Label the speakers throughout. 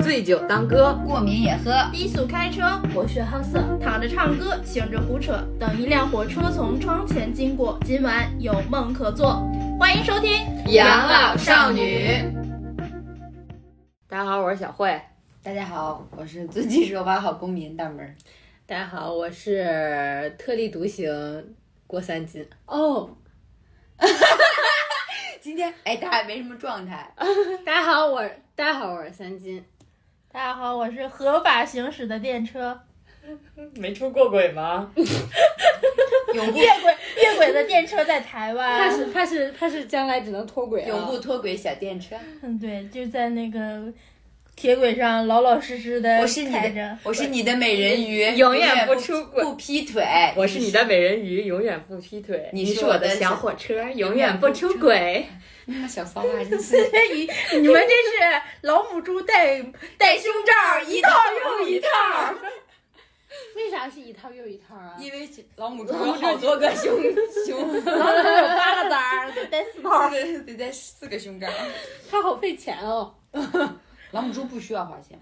Speaker 1: 醉酒当歌，
Speaker 2: 过敏也喝。
Speaker 3: 低速开车，博学好色，躺着唱歌，醒着胡扯。等一辆火车从窗前经过，今晚有梦可做。欢迎收听《
Speaker 1: 养老少女》。大家好，我是小慧。
Speaker 2: 大家好，我是遵纪守法好公民大门儿。
Speaker 4: 大家好，我是特立独行郭三金。
Speaker 2: 哦，今天哎，大家也没什么状态。
Speaker 1: 哎
Speaker 4: 大家好，我大家好，我是三金。
Speaker 3: 大家好，我是合法行驶的电车，
Speaker 1: 没出过轨吗？
Speaker 2: 永不
Speaker 3: 越轨越轨的电车在台
Speaker 4: 他
Speaker 3: 湾。
Speaker 4: 是他是他是将来只能脱轨啊
Speaker 2: 永
Speaker 4: 了
Speaker 2: 不。脱轨小电车，
Speaker 1: 哎
Speaker 3: 嗯，对，就在那个铁轨上老老实实的
Speaker 2: 我是你
Speaker 3: 开着
Speaker 2: 的，。我是你的美人鱼，
Speaker 1: 永远
Speaker 2: 远
Speaker 1: 不
Speaker 2: 不
Speaker 1: 出轨
Speaker 2: 不劈腿。
Speaker 1: 我是你的美人鱼，永远不劈腿。
Speaker 2: 你
Speaker 1: 你
Speaker 2: 是
Speaker 1: 我
Speaker 2: 我的
Speaker 1: 小火车，永远不出轨。
Speaker 2: 那哎小骚话真是
Speaker 3: 这你你们这是老母猪带带胸罩一套又一套。
Speaker 4: 为啥是一套又一套啊？
Speaker 2: 因为老母猪有好多个胸胸，
Speaker 3: 有八个崽儿，带 四套。
Speaker 2: 得得带四个胸罩。
Speaker 4: 他好费钱 哦。
Speaker 2: 老母猪不需要花 钱。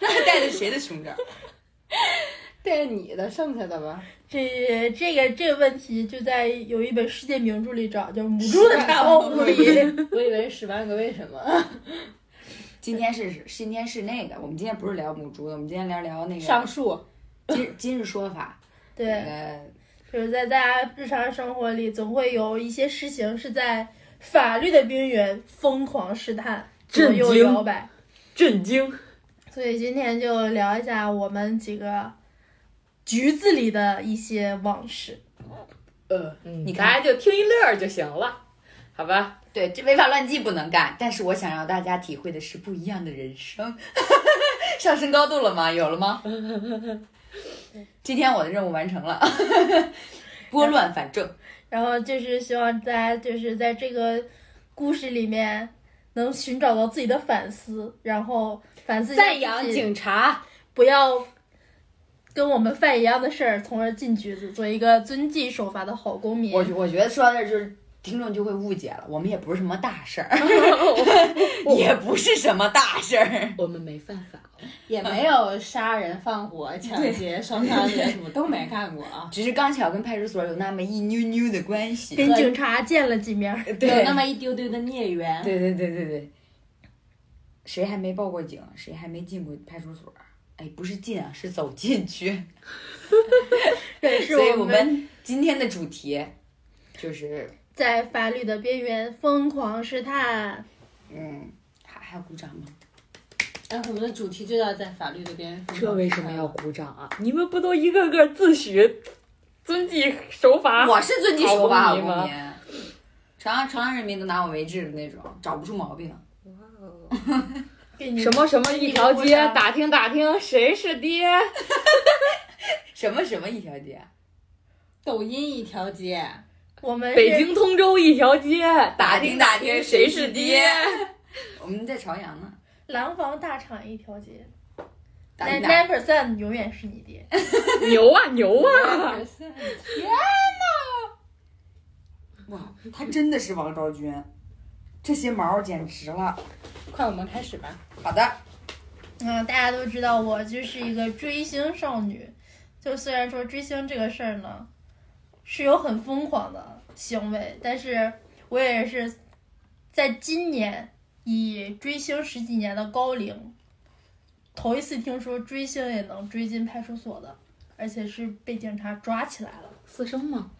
Speaker 2: 那还带着谁的胸罩？
Speaker 4: 带你的剩下的吧。
Speaker 3: 这这个这个问题就在有一本世界名著里找，叫《母猪的产后护理》。
Speaker 4: 我以为是十万个为什么。
Speaker 2: 今天是是今天是那个，我们今天不是聊母猪的，我们今天聊聊那个
Speaker 4: 上嗯树，
Speaker 2: 今今日说法。
Speaker 3: 对，
Speaker 2: 呃，
Speaker 3: 就是在大家日常生活里，总会有一些事情是在法律的边缘疯狂试探，左
Speaker 1: 震
Speaker 3: 右
Speaker 1: 惊
Speaker 3: 摇摆。
Speaker 1: 震惊！
Speaker 3: 所以今天就聊一下我们几个局子里的一些往事。
Speaker 2: 呃，
Speaker 1: 嗯
Speaker 2: 你看
Speaker 1: 大家就听一乐儿就行了，好吧？
Speaker 2: 对，这违法乱纪不能干，但是我想让大家体会的是不一样的人生。 上升高度了吗？有了 吗？今天我的任务完成了， 拨乱反正。
Speaker 3: 然后就是希望大家就是在这个故事里面能寻找到自己的反思，然后反思一下
Speaker 4: 赞扬
Speaker 3: 自己
Speaker 4: 警察，
Speaker 3: 不要跟我们犯一样的事儿，从而进局子，做一个遵纪守法的好公民。
Speaker 2: 我我觉得说到这儿，就是听众就会误解了，我们也不是什么大事儿，也不是什么大事儿。
Speaker 1: 我们没犯法。
Speaker 4: 也没有杀人、放 火、抢劫、烧杀掠夺，都没干过 啊。
Speaker 2: 只是刚巧跟派出所有那么一妞妞的关系，
Speaker 3: 跟警察见了几面儿，
Speaker 4: 有
Speaker 2: 对
Speaker 4: 那么一丢丢的孽缘。
Speaker 2: 对对对对对，谁还没报过警？谁还没进过派出所？哎，不是进啊，是走进去。
Speaker 3: 对，是
Speaker 2: 所以我
Speaker 3: 们
Speaker 2: 们今天的主题就是，
Speaker 3: 在法律的边缘疯狂试探。
Speaker 2: 嗯，还还要鼓掌吗？
Speaker 4: 哎，我们的主题就要在法律的边缘。
Speaker 1: 这为什么要鼓掌啊？你们不都一个个自诩遵纪守法？
Speaker 2: 我是遵纪守法，好
Speaker 1: 啊好
Speaker 2: 公
Speaker 1: 公民吗
Speaker 2: 民。长安长安人民都拿我为治的那种，找不出毛病。
Speaker 3: 给你
Speaker 1: 什么什么一条
Speaker 3: 你
Speaker 1: 街，
Speaker 3: 给我
Speaker 1: 打听打听谁是爹。
Speaker 2: 什么什么一条街，
Speaker 4: 抖音一条街，
Speaker 3: 我们是
Speaker 1: 北京通州一条街，
Speaker 2: 打听打听谁是
Speaker 1: 是
Speaker 2: 爹？我们在朝阳呢。
Speaker 3: 廊坊大厂一条街
Speaker 2: 打听
Speaker 3: ，nine
Speaker 2: 打
Speaker 3: nine percent 永远是你爹。
Speaker 1: 牛啊牛啊！
Speaker 2: 哇，他真的是王昭君，这些毛简直了。
Speaker 4: 快，我们开始吧。
Speaker 2: 好的，
Speaker 3: 嗯，大家都知道我就是一个追星少女，就虽然说追星这个事儿呢，是有很疯狂的行为，但是我也是在今年以追星十几年的高龄，头一次听说追星也能追进派出所的，而且是被警察抓起来了，
Speaker 4: 私生吗？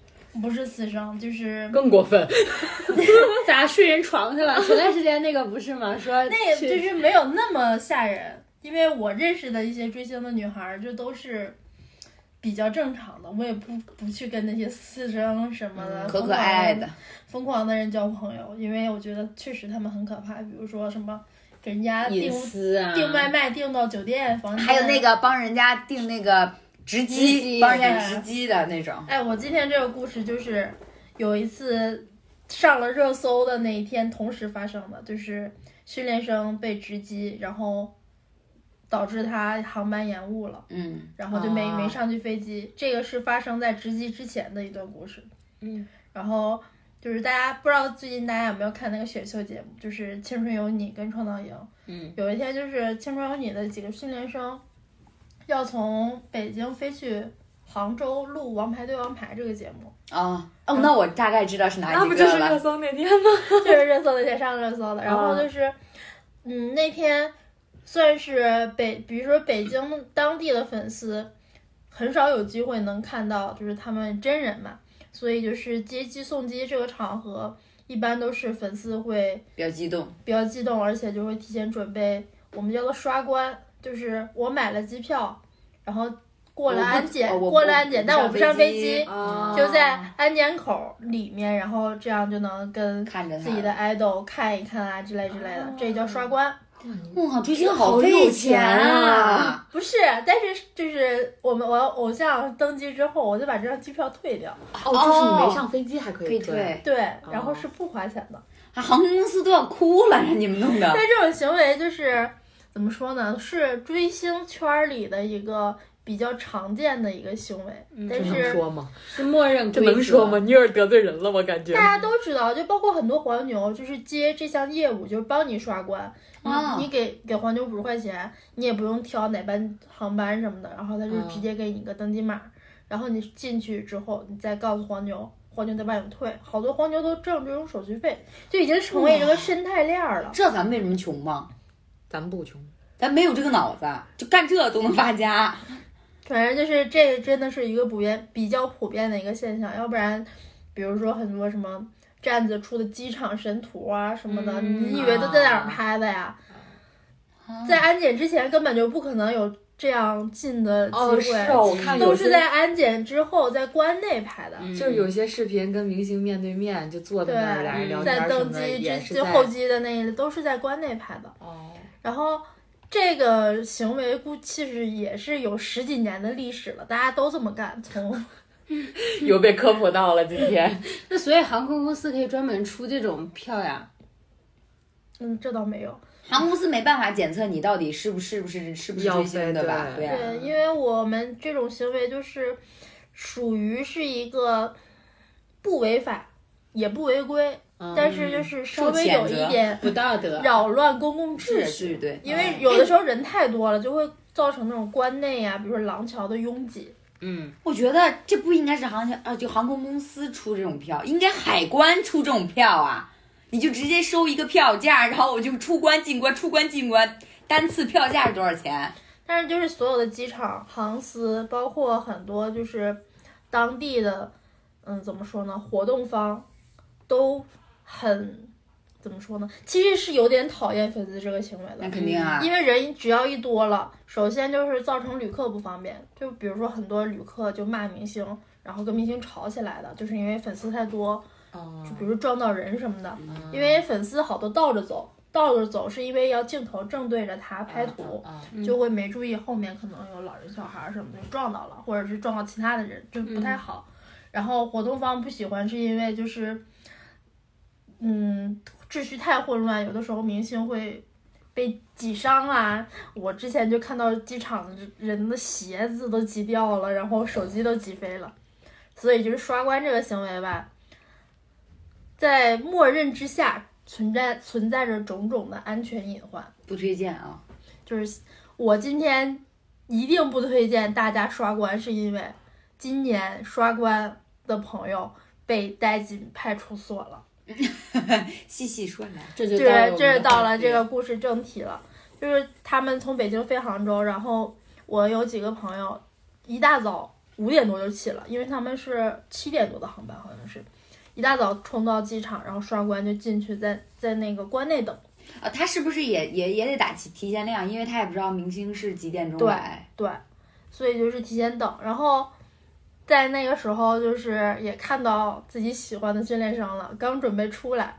Speaker 3: 不是私生，就是
Speaker 1: 更过分，
Speaker 4: 咋睡人床去了？前段时间那个不是吗？说
Speaker 3: 那个
Speaker 4: 去
Speaker 3: 就是没有那么吓人，因为我认识的一些追星的女孩儿，就都是比较正常的，我也不不去跟那些私生什么的、
Speaker 2: 嗯可可爱爱的。
Speaker 3: 疯狂的人交朋友，因为我觉得确实他们很可怕，比如说什么给人家订
Speaker 4: 隐私啊，
Speaker 3: 订外卖订到酒店房间，
Speaker 2: 还有那。个帮人家订那个直
Speaker 4: 直
Speaker 2: 机，
Speaker 4: 机
Speaker 2: 帮人家直机的那种。
Speaker 3: 哎，我今天这个故事就是有一次上了热搜的那一天同时发生的，就是训练生被直击，然后导致他航班延误了。
Speaker 2: 嗯，
Speaker 3: 然后就没、
Speaker 4: 啊
Speaker 3: 没上去飞机。这个是发生在值机之前的一段故事。
Speaker 4: 嗯，
Speaker 3: 然后就是大家不知道最近大家有没有看那个选秀节目，就是《青春有你》跟《创造营》。
Speaker 4: 嗯，
Speaker 3: 有一天就是《青春有你》的几个训练生要从北京飞去杭州录《王牌对王牌》这个节目，
Speaker 2: 啊，哦，那我大概知道啊是哪
Speaker 1: 那
Speaker 2: 几
Speaker 1: 不就是
Speaker 2: 个
Speaker 1: 热
Speaker 2: 哎了。
Speaker 1: 搜那天吗？
Speaker 3: 就是热搜的先上热搜的。然
Speaker 2: 啊
Speaker 3: 后就是，嗯，那天算是北，比如说北京当地的粉丝，很少有机会能看到，就是他们真人嘛，所以就是接机送机这个场合，一般都是粉丝会。
Speaker 2: 比较激动，
Speaker 3: 比较激动，而且就会提前准备，我们叫做刷关，就是我买了机票，然后过了
Speaker 2: 我不
Speaker 3: 安检，
Speaker 2: 哦我
Speaker 3: 过了
Speaker 2: 我
Speaker 3: 安检，但我
Speaker 2: 不
Speaker 3: 不
Speaker 2: 上
Speaker 3: 上
Speaker 2: 飞
Speaker 3: 飞
Speaker 2: 机
Speaker 3: 机，
Speaker 4: 嗯
Speaker 1: 啊
Speaker 3: 就在安检口里面，然后这样就能跟
Speaker 2: 看着他
Speaker 3: 自己的 idol 看一看啊之类之类
Speaker 1: 哦
Speaker 3: 的，这叫刷关。
Speaker 2: 哇，追星
Speaker 4: 好有
Speaker 2: 费
Speaker 4: 钱
Speaker 2: 啊！
Speaker 3: 不是，但是就是我们我偶像登机之后，我就把这张机票退掉，
Speaker 1: 哦，就是你没上飞机还可
Speaker 2: 可以
Speaker 1: 以
Speaker 2: 退，
Speaker 3: 对，
Speaker 1: 哦
Speaker 3: 然后是不花钱的。
Speaker 2: 啊，航空公司都要哭了，让你们弄的
Speaker 3: 但这种行为就是怎么说呢？是追星圈儿里的一个比较常见的一个行为，但
Speaker 1: 这嗯能
Speaker 3: 是
Speaker 1: 说吗？
Speaker 4: 是默认
Speaker 1: 这
Speaker 4: 规则
Speaker 1: 能说吗？？你有点得罪人了，我感觉
Speaker 3: 大。家都知道，就包括很多黄牛，就是接这项业务，就是帮你刷关。你
Speaker 2: 啊
Speaker 3: 你给给黄牛五十块钱，你也不用挑哪班航班什么的，然后他就
Speaker 1: 嗯
Speaker 3: 直接给你个登机码，然后你进去之后，你再告诉黄牛，黄牛再帮你退。好多黄牛都挣这种手续费，就已经成为一个生态链儿了。
Speaker 2: 这咱们为什么穷吗？
Speaker 1: 咱们不穷，
Speaker 2: 咱没有这个脑子，就干这都能发家。
Speaker 3: 反正就是这个真的是一个普遍比较普遍的一个现象，要不然，比如说很多什么站子出的机场神图啊什么的，
Speaker 1: 嗯
Speaker 3: 你以为都在哪儿拍的呀？在安检之前根本就不可能有这样近的机
Speaker 1: 哦，
Speaker 3: 会，
Speaker 1: 是哦，我看有
Speaker 3: 都是
Speaker 1: 些
Speaker 3: 在安检之后在关内拍的。
Speaker 4: 嗯
Speaker 1: 就是有些视频跟明星面对面，就坐在那儿
Speaker 3: 嗯对嗯
Speaker 1: 俩人聊天
Speaker 3: 在
Speaker 1: 儿什
Speaker 3: 登
Speaker 1: 么的，
Speaker 3: 机
Speaker 1: 也
Speaker 3: 之
Speaker 1: 是
Speaker 3: 之
Speaker 1: 在
Speaker 3: 后嗯机的那一类都是在关内拍的，
Speaker 1: 哦，
Speaker 3: 然后这个行为估其实也是有十几年的历史了，大家都这么干，从
Speaker 1: 有被科普到了今 天。
Speaker 4: 那所以航空公司可以专门出这种票呀？
Speaker 3: 嗯，这倒没有。
Speaker 2: 航空公司没办法检测你到底是不是不是是不是追星的吧？
Speaker 1: 要飞
Speaker 2: 对啊，
Speaker 3: 对，因为我们这种行为就是属于是一个不违法也不违规，但是就是稍微有一点
Speaker 4: 不道德。
Speaker 3: 扰乱公共秩
Speaker 2: 是
Speaker 3: 序，
Speaker 2: 是，对，
Speaker 3: 因为有的时候人太多了，就会造成那种关内啊，比如说廊桥的拥挤。
Speaker 1: 嗯，
Speaker 2: 我觉得这不应该是航啊，就航空公司出这种票，应该海关出这种票啊！你就直接收一个票价，然后我就出关进关，出关进关，单次票价是多少钱？
Speaker 3: 但是就是所有的机场、航司，包括很多就是当地的，嗯，怎么说呢，活动方都很怎么说呢？其实是有点讨厌粉丝这个行为的。
Speaker 2: 那肯定啊，
Speaker 3: 因为人只要一多了，首先就是造成旅客不方便，就比如说很多旅客就骂明星，然后跟明星吵起来的，就是因为粉丝太多，
Speaker 1: 哦
Speaker 3: 就比如撞到人什么的，因为粉丝好多倒着走，倒着走是因为要镜头正对着他拍图，
Speaker 1: 啊，
Speaker 3: 就会没注意后面可能有老人、小孩儿什么的撞到了，或者是撞到其他的人，就不太好。然后活动方不喜欢是因为就是，嗯，秩序太混乱，有的时候明星会被挤伤啊。我之前就看到机场的人的鞋子都挤掉了，然后手机都挤飞了。所以就是刷关这个行为吧，在默认之下存在存在着种种的安全隐患。
Speaker 2: 不推荐啊。
Speaker 3: 就是我今天一定不推荐大家刷关，是因为今年刷关的朋友被带进派出所了。
Speaker 2: 细细说来，
Speaker 4: 这就
Speaker 3: 这
Speaker 4: 到了我们的
Speaker 3: 这到了这个故事正题了，就是他们从北京飞杭州，然后我有几个朋友一大早五点多就起了，因为他们是七点多的航班，好像是。一大早冲到机场，然后刷关就进去在，在那个关内等。
Speaker 2: 啊，他是不是也也也得打提提前量？因为他也不知道明星是几点钟
Speaker 3: 对
Speaker 2: 来。
Speaker 3: 对，所以就是提前等，然后在那个时候就是也看到自己喜欢的训练生了，刚准备出来，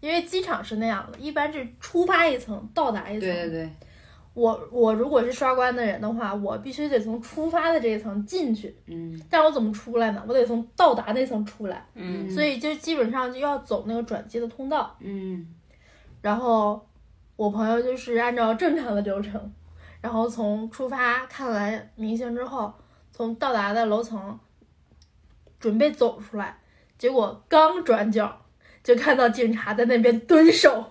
Speaker 3: 因为机场是那样的，一般是出发一层，到达一层。
Speaker 2: 对对对，
Speaker 3: 我我如果是刷关的人的话，我必须得从出发的这一层进去，
Speaker 2: 嗯
Speaker 3: 但我怎么出来呢？我得从到达那层出来，
Speaker 2: 嗯，
Speaker 3: 所以就基本上就要走那个转机的通道。
Speaker 2: 嗯
Speaker 3: 然后我朋友就是按照正常的流程，然后从出发看完明星之后，从到达的楼层准备走出来，结果刚转角就看到警察在那边蹲守，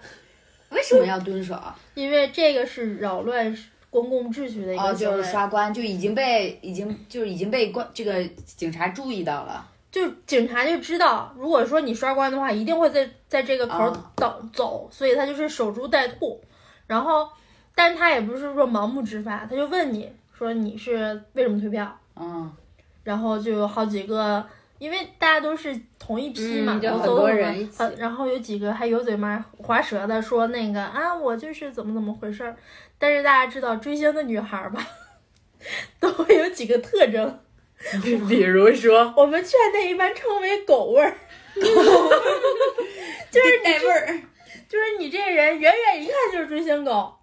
Speaker 2: 为什么要蹲守？啊
Speaker 3: 因为这个是扰乱公共秩序的一
Speaker 2: 哦，
Speaker 3: 个行
Speaker 2: 就
Speaker 3: 为。
Speaker 2: 是刷关，就已经被已经就是已经被关这个警察注意到了。
Speaker 3: 就警察就知道，如果说你刷关的话，一定会在在这个口儿
Speaker 2: 啊
Speaker 3: 倒走，所以他就是守株待兔。然后，但他也不是说盲目执法，他就问你说你是为什么退票，
Speaker 2: 嗯，
Speaker 3: 然后就有好几个，因为大家都是同一批嘛，
Speaker 4: 嗯就
Speaker 3: 都
Speaker 4: 很
Speaker 3: 都
Speaker 2: 多
Speaker 3: 是
Speaker 2: 人
Speaker 3: 嘛
Speaker 2: 一起
Speaker 3: 很然后有几个还有嘴嘛滑舌的说那个啊，我就是怎么怎么回事儿。但是大家知道追星的女孩儿吧， 都会有几个特征，
Speaker 1: 比如说，
Speaker 3: 我们圈内一般称为狗味 儿。
Speaker 2: 就是那味儿。
Speaker 3: 就是你这人远远一看就是追星狗。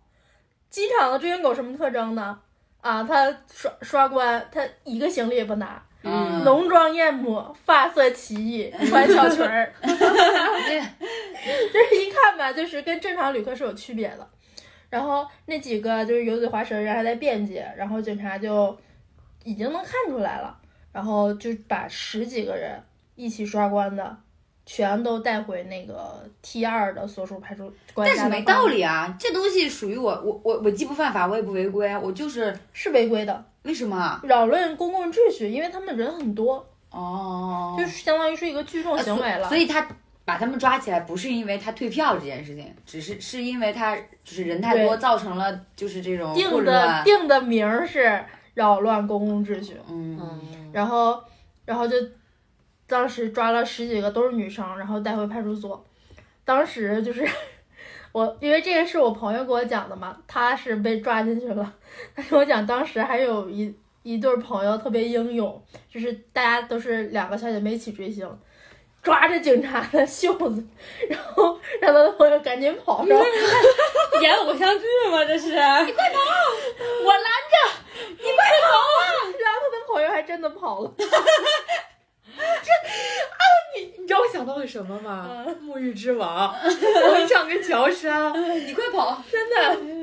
Speaker 3: 机场的追星狗什么特征呢？啊，他刷刷关，他一个行李也不拿，
Speaker 2: 嗯，
Speaker 3: 浓妆艳抹，发色奇异，穿小裙 儿，就是一看吧，就是跟正常旅客是有区别的。然后那几个就是油嘴滑舌的人还在辩解，然后警察就已经能看出来了，然后就把十几个人一起刷关的全都带回那个 T 二的所属派出关
Speaker 2: 但
Speaker 3: 家
Speaker 2: 是
Speaker 3: 的
Speaker 2: 没
Speaker 3: 办
Speaker 2: 道
Speaker 3: 公
Speaker 2: 理啊，这东西属于我，我我我既不犯法，我也不违规啊，我就是
Speaker 3: 是违规的，
Speaker 2: 为什么啊？
Speaker 3: 扰乱公共秩序，因为他们人很多，
Speaker 2: 哦，
Speaker 3: 就是相当于是一个聚众行为了。
Speaker 2: 呃所以他把他们抓起来，不是因为他退票这件事情，只是是因为他就是人太多，
Speaker 3: 对
Speaker 2: 造成了就是这种
Speaker 3: 定
Speaker 2: 哦混
Speaker 3: 的
Speaker 2: 乱。
Speaker 3: 定的名儿是扰乱公共秩序，
Speaker 2: 嗯，
Speaker 1: 嗯，
Speaker 3: 然后然后就当时抓了十几个都是女生，然后带回派出所。当时就是 我，因为这个是我朋友给我讲的嘛，他是被抓进去了。他跟我讲，当时还有一一对朋友特别英勇，就是大家都是两个小姐妹一起追星。抓着警察的袖子，然后让他的朋友赶紧跑，然后
Speaker 4: 演偶像剧吗？这是？
Speaker 3: 我拦着，你快跑啊！然后他的朋友还真的跑了。
Speaker 1: 你知道我想到了什么吗？
Speaker 3: 嗯
Speaker 1: 沐浴之王， 王一畅跟乔杉，
Speaker 2: 你快跑！
Speaker 3: 真的，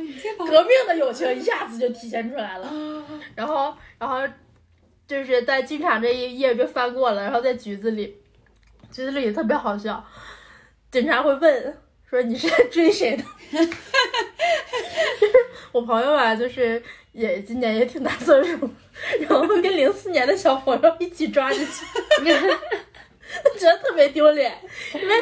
Speaker 3: 革命的友情一下子就体现出来了。然后，然后就是在机场这一页就翻过了，然后在局子里，局子里特别好笑，警察会问说你是追谁的？ 我朋友啊，就是也今年也挺大岁数，然后跟零四年的小朋友一起抓进去， 觉得特别丢脸，因为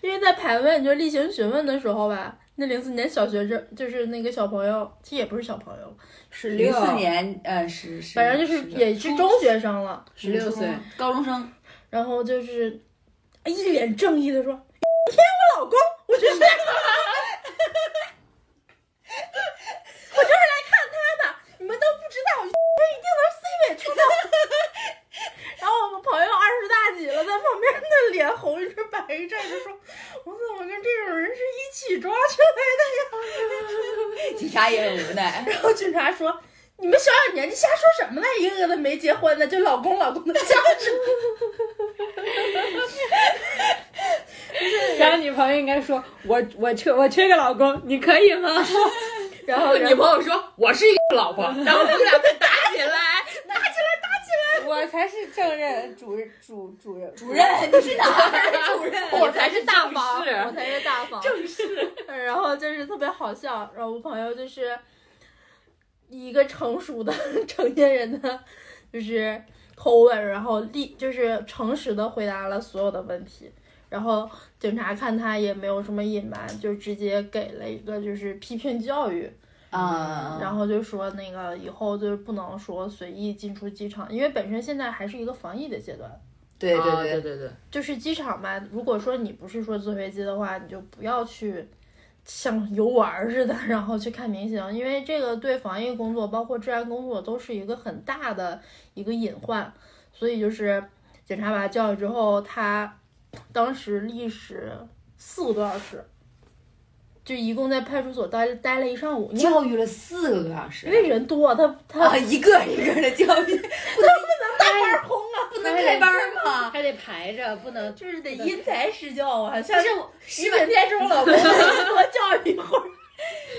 Speaker 3: 因为在盘问就是例行询问的时候吧，那零四年小学生就是那个小朋友，其实也不是小朋友，
Speaker 1: 是
Speaker 2: 零四年，呃，是是，
Speaker 3: 反正就是也是中学生了，
Speaker 4: 十六岁，
Speaker 2: 高中生，
Speaker 3: 然后就是哎一脸正义的说：“你骗我老公，我就是，我就是来看他的，你们都不知道，我一定能 C 位出道。” 然后我们朋友二十大几了，在旁边那脸红一阵白一阵，就说：“我怎么跟这种人是一起抓起来的呀？”
Speaker 2: 警察也很无奈。
Speaker 3: 然后警察说：“你们小小年纪瞎说什么呢？一个个的没结婚的，就老公老公的叫着。
Speaker 4: 然后女朋友应该说：“我我缺我缺个老公，你可以吗？”
Speaker 3: 然后
Speaker 1: 女朋友说：“我是一个老 婆。”然后他们俩在打起来。
Speaker 4: 我才是正任主任主主任主
Speaker 2: 主任，你是哪儿？主任，
Speaker 3: 我才是大方，
Speaker 1: 方
Speaker 3: 我才是大方，正 是。然后就是特别好笑，然后我朋友就是一个成熟的 成年人的，就是口吻，然后立就是诚实的回答了所有的问题。然后警察看他也没有什么隐瞒，就直接给了一个就是批评教育，
Speaker 2: 啊，
Speaker 3: 然后就说那个以后就是不能说随意进出机场，因为本身现在还是一个防疫的阶段，
Speaker 2: 对对
Speaker 1: 啊
Speaker 2: 对
Speaker 1: 对对对，
Speaker 3: 就是机场吧，如果说你不是说坐飞机的话，你就不要去像游玩儿似的，然后去看明星，因为这个对防疫工作，包括治安工作都是一个很大的一个隐患。所以就是警察把他叫去之后，他当时历时四个多小时，就一共在派出所待待了一上午，因为
Speaker 2: 教育了四个多小时，
Speaker 3: 因为人多，他他
Speaker 2: 啊，一个一个的教育，
Speaker 3: 哎班轰啊，
Speaker 2: 不能开班儿吗？
Speaker 4: 还得排着，不能
Speaker 3: 就是得因材施教啊，像
Speaker 2: 但是我
Speaker 3: 李
Speaker 2: 十
Speaker 3: 景
Speaker 2: 万
Speaker 3: 天这种老公，多教育一会儿。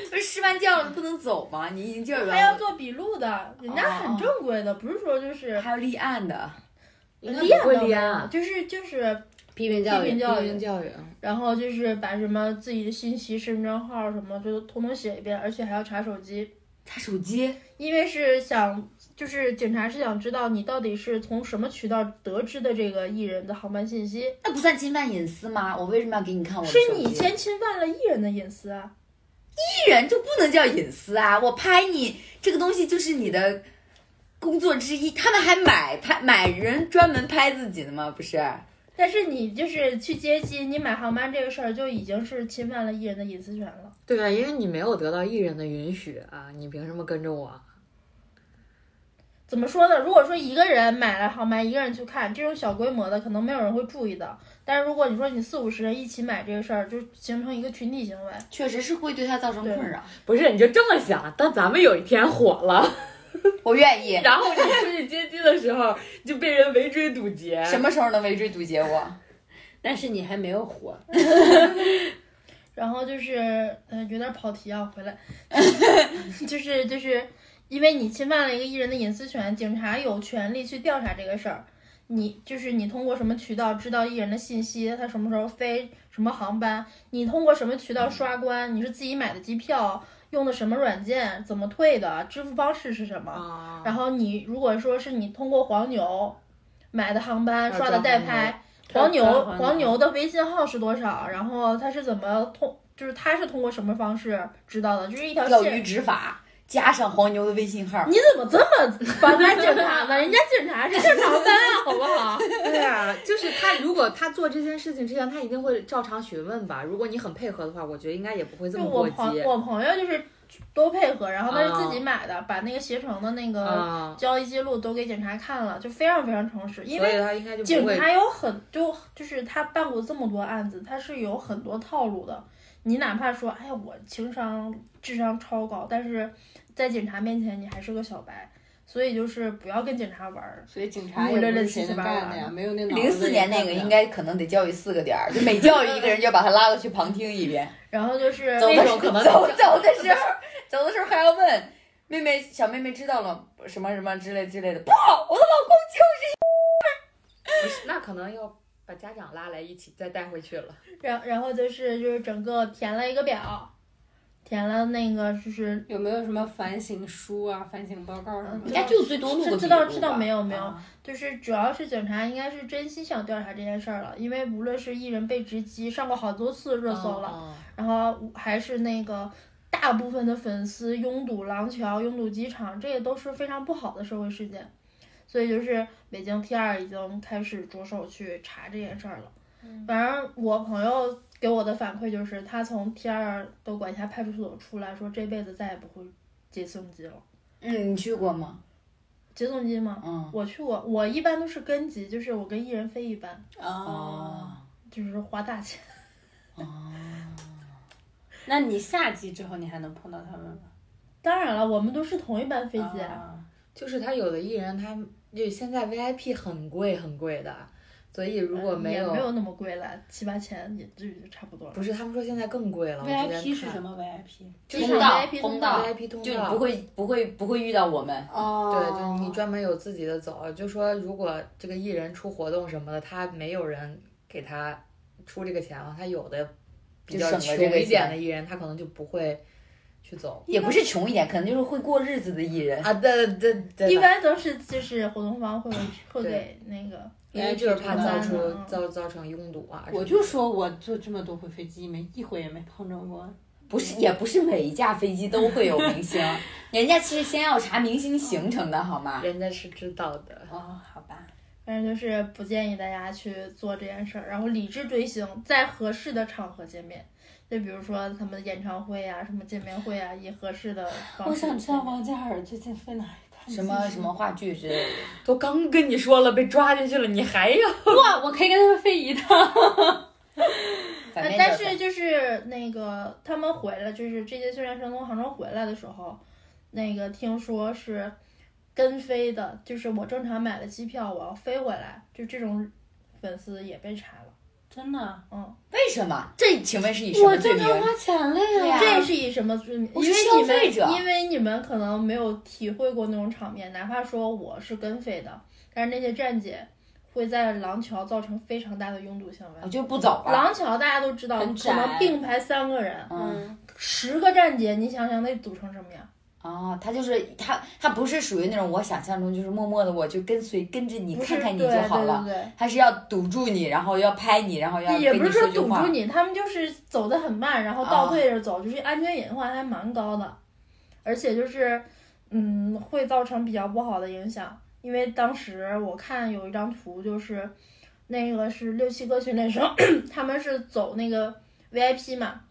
Speaker 2: 不是十万教不能走吗？你已经教育
Speaker 3: 还要
Speaker 2: 完
Speaker 3: 做笔录的，人家很正规的，不是说就是
Speaker 2: 我，还要立案的，
Speaker 1: 应该不会
Speaker 3: 的
Speaker 1: 立案啊
Speaker 3: 就是就是
Speaker 4: 批评教育，
Speaker 3: 批评教育啊
Speaker 1: 教育，
Speaker 3: 然后就是把什么自己的信息、身份证号什么就通通写一遍，而且还要查手机，
Speaker 2: 查手机，
Speaker 3: 因为是想就是警察是想知道你到底是从什么渠道得知的这个艺人的航班信息，
Speaker 2: 那不算侵犯隐私吗？我为什么要给你看我的手
Speaker 3: 是
Speaker 2: 机？
Speaker 3: 你先侵犯了艺人的隐私啊！
Speaker 2: 艺人就不能叫隐私啊！我拍你这个东西就是你的工作之一，他们还买拍买人专门拍自己的吗？不是，
Speaker 3: 但是你就是去接机，你买航班这个事儿就已经是侵犯了艺人的隐私权了。
Speaker 1: 对吧？因为你没有得到艺人的允许啊，你凭什么跟着我？啊
Speaker 3: 怎么说呢？如果说一个人买了航班，一个人去看这种小规模的，可能没有人会注意到。但是如果你说你四五十人一起买这个事儿，就形成一个群体行为。
Speaker 2: 确实是会对他造成困扰。
Speaker 1: 不是，你就这么想？当咱们有一天火了，
Speaker 2: 我愿意，
Speaker 1: 然后你出去接机的时候， 你就被人围追堵截，
Speaker 2: 什么时候能围追堵截我？
Speaker 4: 但是你还没有火，
Speaker 3: 然后就是，呃，有点跑题啊，回来， 就是就是，因为你侵犯了一个艺人的隐私权，警察有权利去调查这个事儿。你就是你通过什么渠道知道艺人的信息，他什么时候飞，什么航班，你通过什么渠道刷关，你是自己买的机票，用的什么软件，怎么退的，支付方式是什么？
Speaker 1: 啊？
Speaker 3: 然后你如果说是你通过黄牛买的航班
Speaker 1: 啊
Speaker 3: 刷的
Speaker 1: 装
Speaker 3: 代
Speaker 1: 黄
Speaker 3: 拍，
Speaker 4: 抓
Speaker 3: 黄牛
Speaker 4: 抓黄
Speaker 3: 黄
Speaker 4: 牛
Speaker 3: 牛的微信号是多少？然后他是怎么通？就是他是通过什么方式知道的？就是一条
Speaker 2: 钓鱼
Speaker 3: 线。
Speaker 2: 执法加上黄牛的微信号，
Speaker 3: 你怎么这么反 感警察呢？人家警察是正常班啊，好 不好？
Speaker 1: 对啊，就是他，如果他做这件事情之前，他一定会照常询问吧。如果你很配合的话，我觉得应该也不会这
Speaker 3: 就
Speaker 1: 么
Speaker 3: 我
Speaker 1: 过
Speaker 3: 朋
Speaker 1: 激
Speaker 3: 我朋友就是多配合，然后他是自己
Speaker 1: 啊
Speaker 3: 买的，把那个携程的那个
Speaker 1: 啊。
Speaker 3: 交易记录都给警察看了，就非常非常诚实，因
Speaker 1: 所
Speaker 3: 为
Speaker 1: 以他应该就
Speaker 3: 警
Speaker 1: 不会。
Speaker 3: 察有很就就是他办过这么多案子，他是有很多套路的。你哪怕说，哎呀，我情商智商超高，但是在警察面前你还是个小白，所以就是不要跟警察玩儿。
Speaker 4: 所以警察也不是谁能干的呀，没有那脑子。
Speaker 2: 零四年那个应。该可能得教育四个点儿，就每教育一个人就要把他拉过去旁听一遍。
Speaker 3: 然后就是
Speaker 2: 走的
Speaker 1: 那
Speaker 2: 时
Speaker 1: 种
Speaker 2: 候
Speaker 1: 可能
Speaker 2: 走走的时候，走的时候还要问妹妹小妹妹知道了什么什么之类之类的，不好，我的老公就
Speaker 1: 不是那可能要把家长拉来一起再带回去 了。
Speaker 3: 然然后就是就是整个填了一个表，填了那个就是
Speaker 4: 有没有什么反省书啊、反省报告什么
Speaker 3: 应
Speaker 4: 的？
Speaker 2: 嗯
Speaker 3: 该
Speaker 2: 就最多
Speaker 3: 是知道知道没
Speaker 2: 有？
Speaker 3: 有没有，
Speaker 2: 啊
Speaker 3: 就是主要是警察应该是真心想调查这件事儿了，因为无论是艺人被直击上过好多次热搜
Speaker 2: 嗯
Speaker 3: 了，
Speaker 1: 哦
Speaker 3: 然后还是那个大部分的粉丝拥堵廊桥、拥堵机场，这也都是非常不好的社会事件。所以就是北京 T 二已经开始着手去查这件事儿了。反正我朋友给我的反馈就是，他从 T 二的管辖派出所出来，说这辈子再也不会接送机了。
Speaker 2: 嗯，你去过吗？
Speaker 3: 接送机吗？
Speaker 2: 嗯
Speaker 3: 我去过，我一般都是跟级，就是我跟一人飞一班，
Speaker 4: 哦，
Speaker 3: 就是花大钱。
Speaker 4: 那你下机之后你还能碰到他们吗？
Speaker 3: 当然了，我们都是同一班飞机啊。
Speaker 4: 啊
Speaker 1: 就是他有的艺人，他就现在 VIP 很贵很贵的，所以如果
Speaker 3: 嗯
Speaker 1: 呃没
Speaker 3: 也
Speaker 1: 有，
Speaker 3: 没有那么贵了，七八千也至于差不多了。
Speaker 1: 不是他们说现在更贵了。
Speaker 4: ，VIP 是什
Speaker 1: 么
Speaker 4: 么 VIP？
Speaker 3: 机
Speaker 2: 通
Speaker 3: 场
Speaker 2: 道
Speaker 3: VIP
Speaker 2: 通
Speaker 3: 通道
Speaker 2: 道，
Speaker 1: ？VIP 通
Speaker 2: 就你
Speaker 1: 道
Speaker 2: 不会不会不会遇到我们。
Speaker 4: 哦
Speaker 1: 对，就你专门有自己的走，就说如果这个艺人出活动什么的，他没有人给他出这个钱了，他有的比
Speaker 2: 就
Speaker 1: 较
Speaker 2: 省了
Speaker 1: 穷
Speaker 2: 这个
Speaker 1: 一点
Speaker 2: 钱
Speaker 1: 的艺人，他可能就不会去走
Speaker 2: 也不是穷一点，可能就是会过日子的艺人。
Speaker 1: 啊。对对对，
Speaker 3: 一
Speaker 1: 的
Speaker 3: 般都是就是活动方会会给那个，
Speaker 1: 因为就是怕造出
Speaker 3: 嗯
Speaker 1: 造造成拥堵啊。
Speaker 4: 我就说我坐这么多回飞机，没一回也没碰着过。
Speaker 2: 不是，也不是每一架飞机都会有明星，人家其实先要查明星行程的好吗？
Speaker 1: 人家是知道的，
Speaker 4: 哦，好吧，
Speaker 3: 但是就是不建议大家去做这件事儿，然后理智追星，在合适的场合见面，就比如说他们的演唱会啊、什么见面会啊，以合适的方式。
Speaker 4: 我想知道王嘉尔最近飞哪一趟？
Speaker 2: 什么什么话剧之类的。
Speaker 1: 都刚跟你说了被抓进去了，你还要
Speaker 4: 哇，我可以跟他们飞一趟。
Speaker 2: 反
Speaker 3: 呃
Speaker 2: 面
Speaker 3: 但
Speaker 2: 教材
Speaker 3: 是就是那个他们回来，就是这些训练生从杭州回来的时候，那个听说是跟飞的，就是我正常买的机票，我要飞回来，就这种粉丝也被查了。
Speaker 4: 真的，
Speaker 3: 嗯，
Speaker 2: 为什么？这请问是以什
Speaker 4: 我
Speaker 2: 么罪
Speaker 4: 正
Speaker 2: 名？
Speaker 4: 常花钱了呀。
Speaker 3: 这也是以什么罪名？
Speaker 2: 啊我是
Speaker 3: 因为
Speaker 2: 消
Speaker 3: 你
Speaker 2: 费
Speaker 3: 们
Speaker 2: 者
Speaker 3: 因为你们可能没有体会过那种场面，哪怕说我是跟飞的，但是那些站姐会在廊桥造成非常大的拥堵行
Speaker 2: 我
Speaker 3: 为。
Speaker 2: 就不走了。
Speaker 3: 廊桥大家都知道，
Speaker 4: 很
Speaker 3: 可
Speaker 4: 窄
Speaker 3: 能并排三个人，
Speaker 2: 嗯，
Speaker 3: 十个站姐，你想想那堵成什么样？
Speaker 2: 哦，他就是他，他不是属于那种我想象中就是默默的，我就跟随跟着你
Speaker 3: 不是
Speaker 2: 看看你
Speaker 3: 对
Speaker 2: 就好了。
Speaker 3: 对对
Speaker 2: 他是要堵住你，然后要拍你，然后要
Speaker 3: 对，也
Speaker 2: 跟
Speaker 3: 不
Speaker 2: 你
Speaker 3: 是说
Speaker 2: 句
Speaker 3: 堵
Speaker 2: 话啊
Speaker 3: 住。你，他们就是走得很慢，然后倒退着走，就是安全隐患还蛮高的，而且就是嗯，会造成比较不好的影响。因为当时我看有一张图，就是那个是六七个群那时候 他们是走那个 VIP 嘛，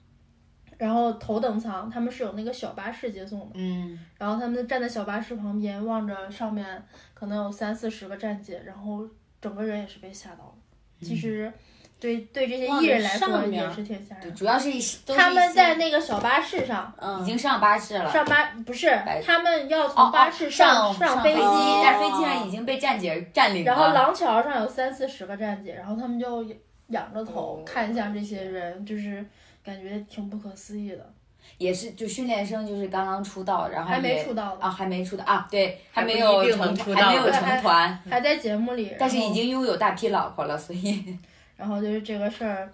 Speaker 3: 然后头等舱他们是有那个小巴士接送的。
Speaker 2: 嗯，
Speaker 3: 然后他们站在小巴士旁边，望着上面可能有三四十个站姐，然后整个人也是被吓到了。其实对，对这些艺人来
Speaker 4: 望着
Speaker 3: 说
Speaker 4: 上面
Speaker 3: 也是挺吓
Speaker 2: 对，
Speaker 3: 人的。
Speaker 2: 主要是一都是
Speaker 3: 他
Speaker 2: 一
Speaker 3: 们
Speaker 2: 些
Speaker 3: 在那个小巴士上，
Speaker 2: 已
Speaker 4: 嗯，
Speaker 2: 经上巴士了，
Speaker 3: 上巴不是
Speaker 2: 白
Speaker 3: 他们要
Speaker 2: 哦
Speaker 3: 从
Speaker 2: 哦
Speaker 3: 巴士
Speaker 2: 上
Speaker 3: 上
Speaker 2: 飞
Speaker 3: 机，
Speaker 4: 哦
Speaker 2: 但是飞机上已经被站姐占领了。
Speaker 3: 然后廊桥上有三四十个站姐，然后他们就仰着头
Speaker 1: 哦
Speaker 3: 看向这些人，就是感觉挺不可思议的，
Speaker 2: 也是就训练生就是刚刚出道，然后
Speaker 3: 还没
Speaker 2: 也
Speaker 3: 出道的，
Speaker 2: 啊还没出道啊，对，还
Speaker 1: 还不一
Speaker 2: 没有
Speaker 1: 定
Speaker 2: 成
Speaker 1: 能出
Speaker 2: 还没
Speaker 1: 道
Speaker 2: 有
Speaker 3: 还
Speaker 2: 成团，
Speaker 3: 还在节目里，
Speaker 2: 嗯但是
Speaker 3: 然
Speaker 2: 已
Speaker 3: 后
Speaker 2: 经拥有大批老婆了，所以
Speaker 3: 然后就是这个事儿，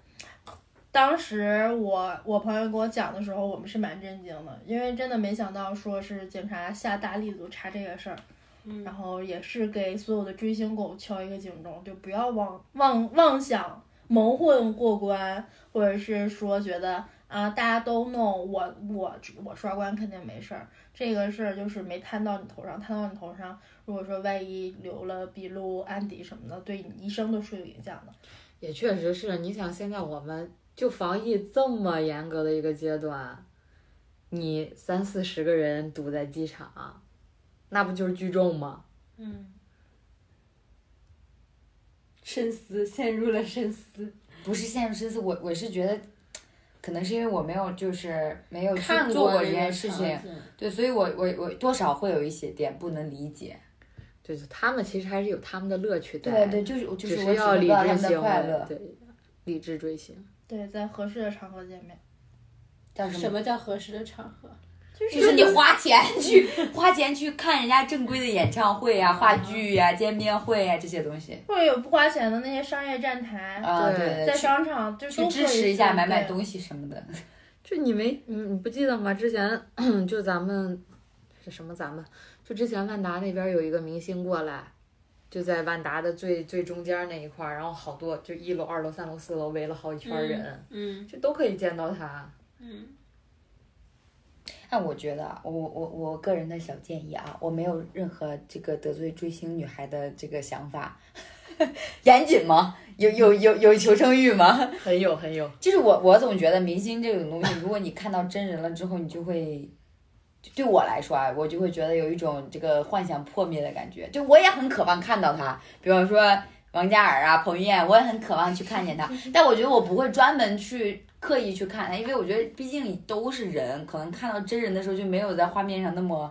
Speaker 3: 当时我我朋友给我讲的时候，我们是蛮震惊的，因为真的没想到说是警察下大力度查这个事儿，
Speaker 4: 嗯
Speaker 3: 然后也是给所有的追星狗敲一个警钟，就不要妄妄妄想蒙混过关，或者是说觉得啊大家都弄我我我刷关肯定没事儿，这个事儿就是没摊到你头上，摊到你头上，如果说万一留了笔录、案底什么的，对你一生都是有影响的。
Speaker 1: 也确实是，你想现在我们就防疫这么严格的一个阶段，你三四十个人堵在机场，那不就是聚众吗？
Speaker 4: 嗯，深思，陷入了深思。
Speaker 2: 不是陷入深思，我我是觉得，可能是因为我没有就是没有去
Speaker 4: 看
Speaker 2: 做
Speaker 4: 过
Speaker 2: 过这件事情，，对，所以我我我多少会有一些点不能理解。
Speaker 1: 对，就他们其实还是有他们的乐趣在，
Speaker 2: 对对，就是就
Speaker 1: 只
Speaker 2: 我体
Speaker 1: 要
Speaker 2: 会
Speaker 1: 理
Speaker 2: 到他
Speaker 1: 智
Speaker 2: 们的
Speaker 1: 行
Speaker 2: 快
Speaker 1: 为，
Speaker 2: 乐。
Speaker 1: 对，理智追星，
Speaker 3: 对，在合适的场合见面，
Speaker 2: 叫什
Speaker 4: 什
Speaker 2: 么？
Speaker 4: 么叫合适的场合？
Speaker 2: 就是你花钱去花钱去看人家正规的演唱会呀、话剧呀、见面会呀、这些东西。
Speaker 3: 或者有不花钱的那些商业站台，
Speaker 2: 啊，
Speaker 1: 对
Speaker 2: 对
Speaker 3: 在
Speaker 2: 对，去
Speaker 3: 商场就
Speaker 2: 去
Speaker 3: 都
Speaker 2: 支
Speaker 3: 可以
Speaker 2: 持一下，
Speaker 3: 去
Speaker 2: 买买
Speaker 3: 对
Speaker 2: 东西什么的。
Speaker 1: 就你没你你不记得吗？之前 就咱们是什么咱们就之前万达那边有一个明星过来。就在万达的最最中间那一块儿，然后好多就一楼、二楼、三楼、四楼围了好几圈人，
Speaker 4: 嗯
Speaker 1: 就都可以见到他。
Speaker 4: 嗯，
Speaker 2: 但我觉得啊，我我我个人的小建议啊，我没有任何这个得罪追星女孩的这个想法， 严谨吗？有有有有求生欲吗？
Speaker 1: 很有很有，
Speaker 2: 就是我我总觉得明星这种东西，如果你看到真人了之后，你就会，就对我来说啊，我就会觉得有一种这个幻想破灭的感觉。就我也很渴望看到他，比方说王嘉尔啊、彭于晏，我也很渴望去看见他，但我觉得我不会专门去刻意去看他，因为我觉得毕竟都是人，可能看到真人的时候就没有在画面上那么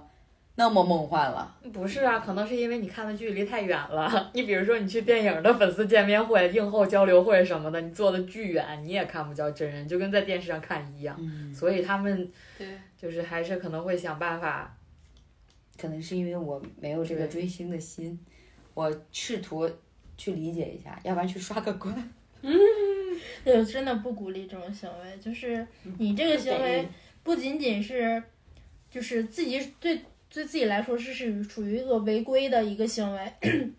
Speaker 2: 那么梦幻了。
Speaker 1: 不是啊，可能是因为你看的距离太远了。 你比如说，你去电影的粉丝见面会、映后交流会什么的，你坐的巨远，你也看不着真人，就跟在电视上看一样。
Speaker 2: 嗯，
Speaker 1: 所以他们
Speaker 4: 对，
Speaker 1: 就是还是可能会想办法，
Speaker 2: 可能是因为我没有这个追星的心，我试图去理解一下，要不然去刷个关。
Speaker 3: 对，真的不鼓励这种行为。就是
Speaker 2: 嗯
Speaker 3: 你这个行为不仅仅是，就是自己对对自己来说是是属于一个违规的一个行为，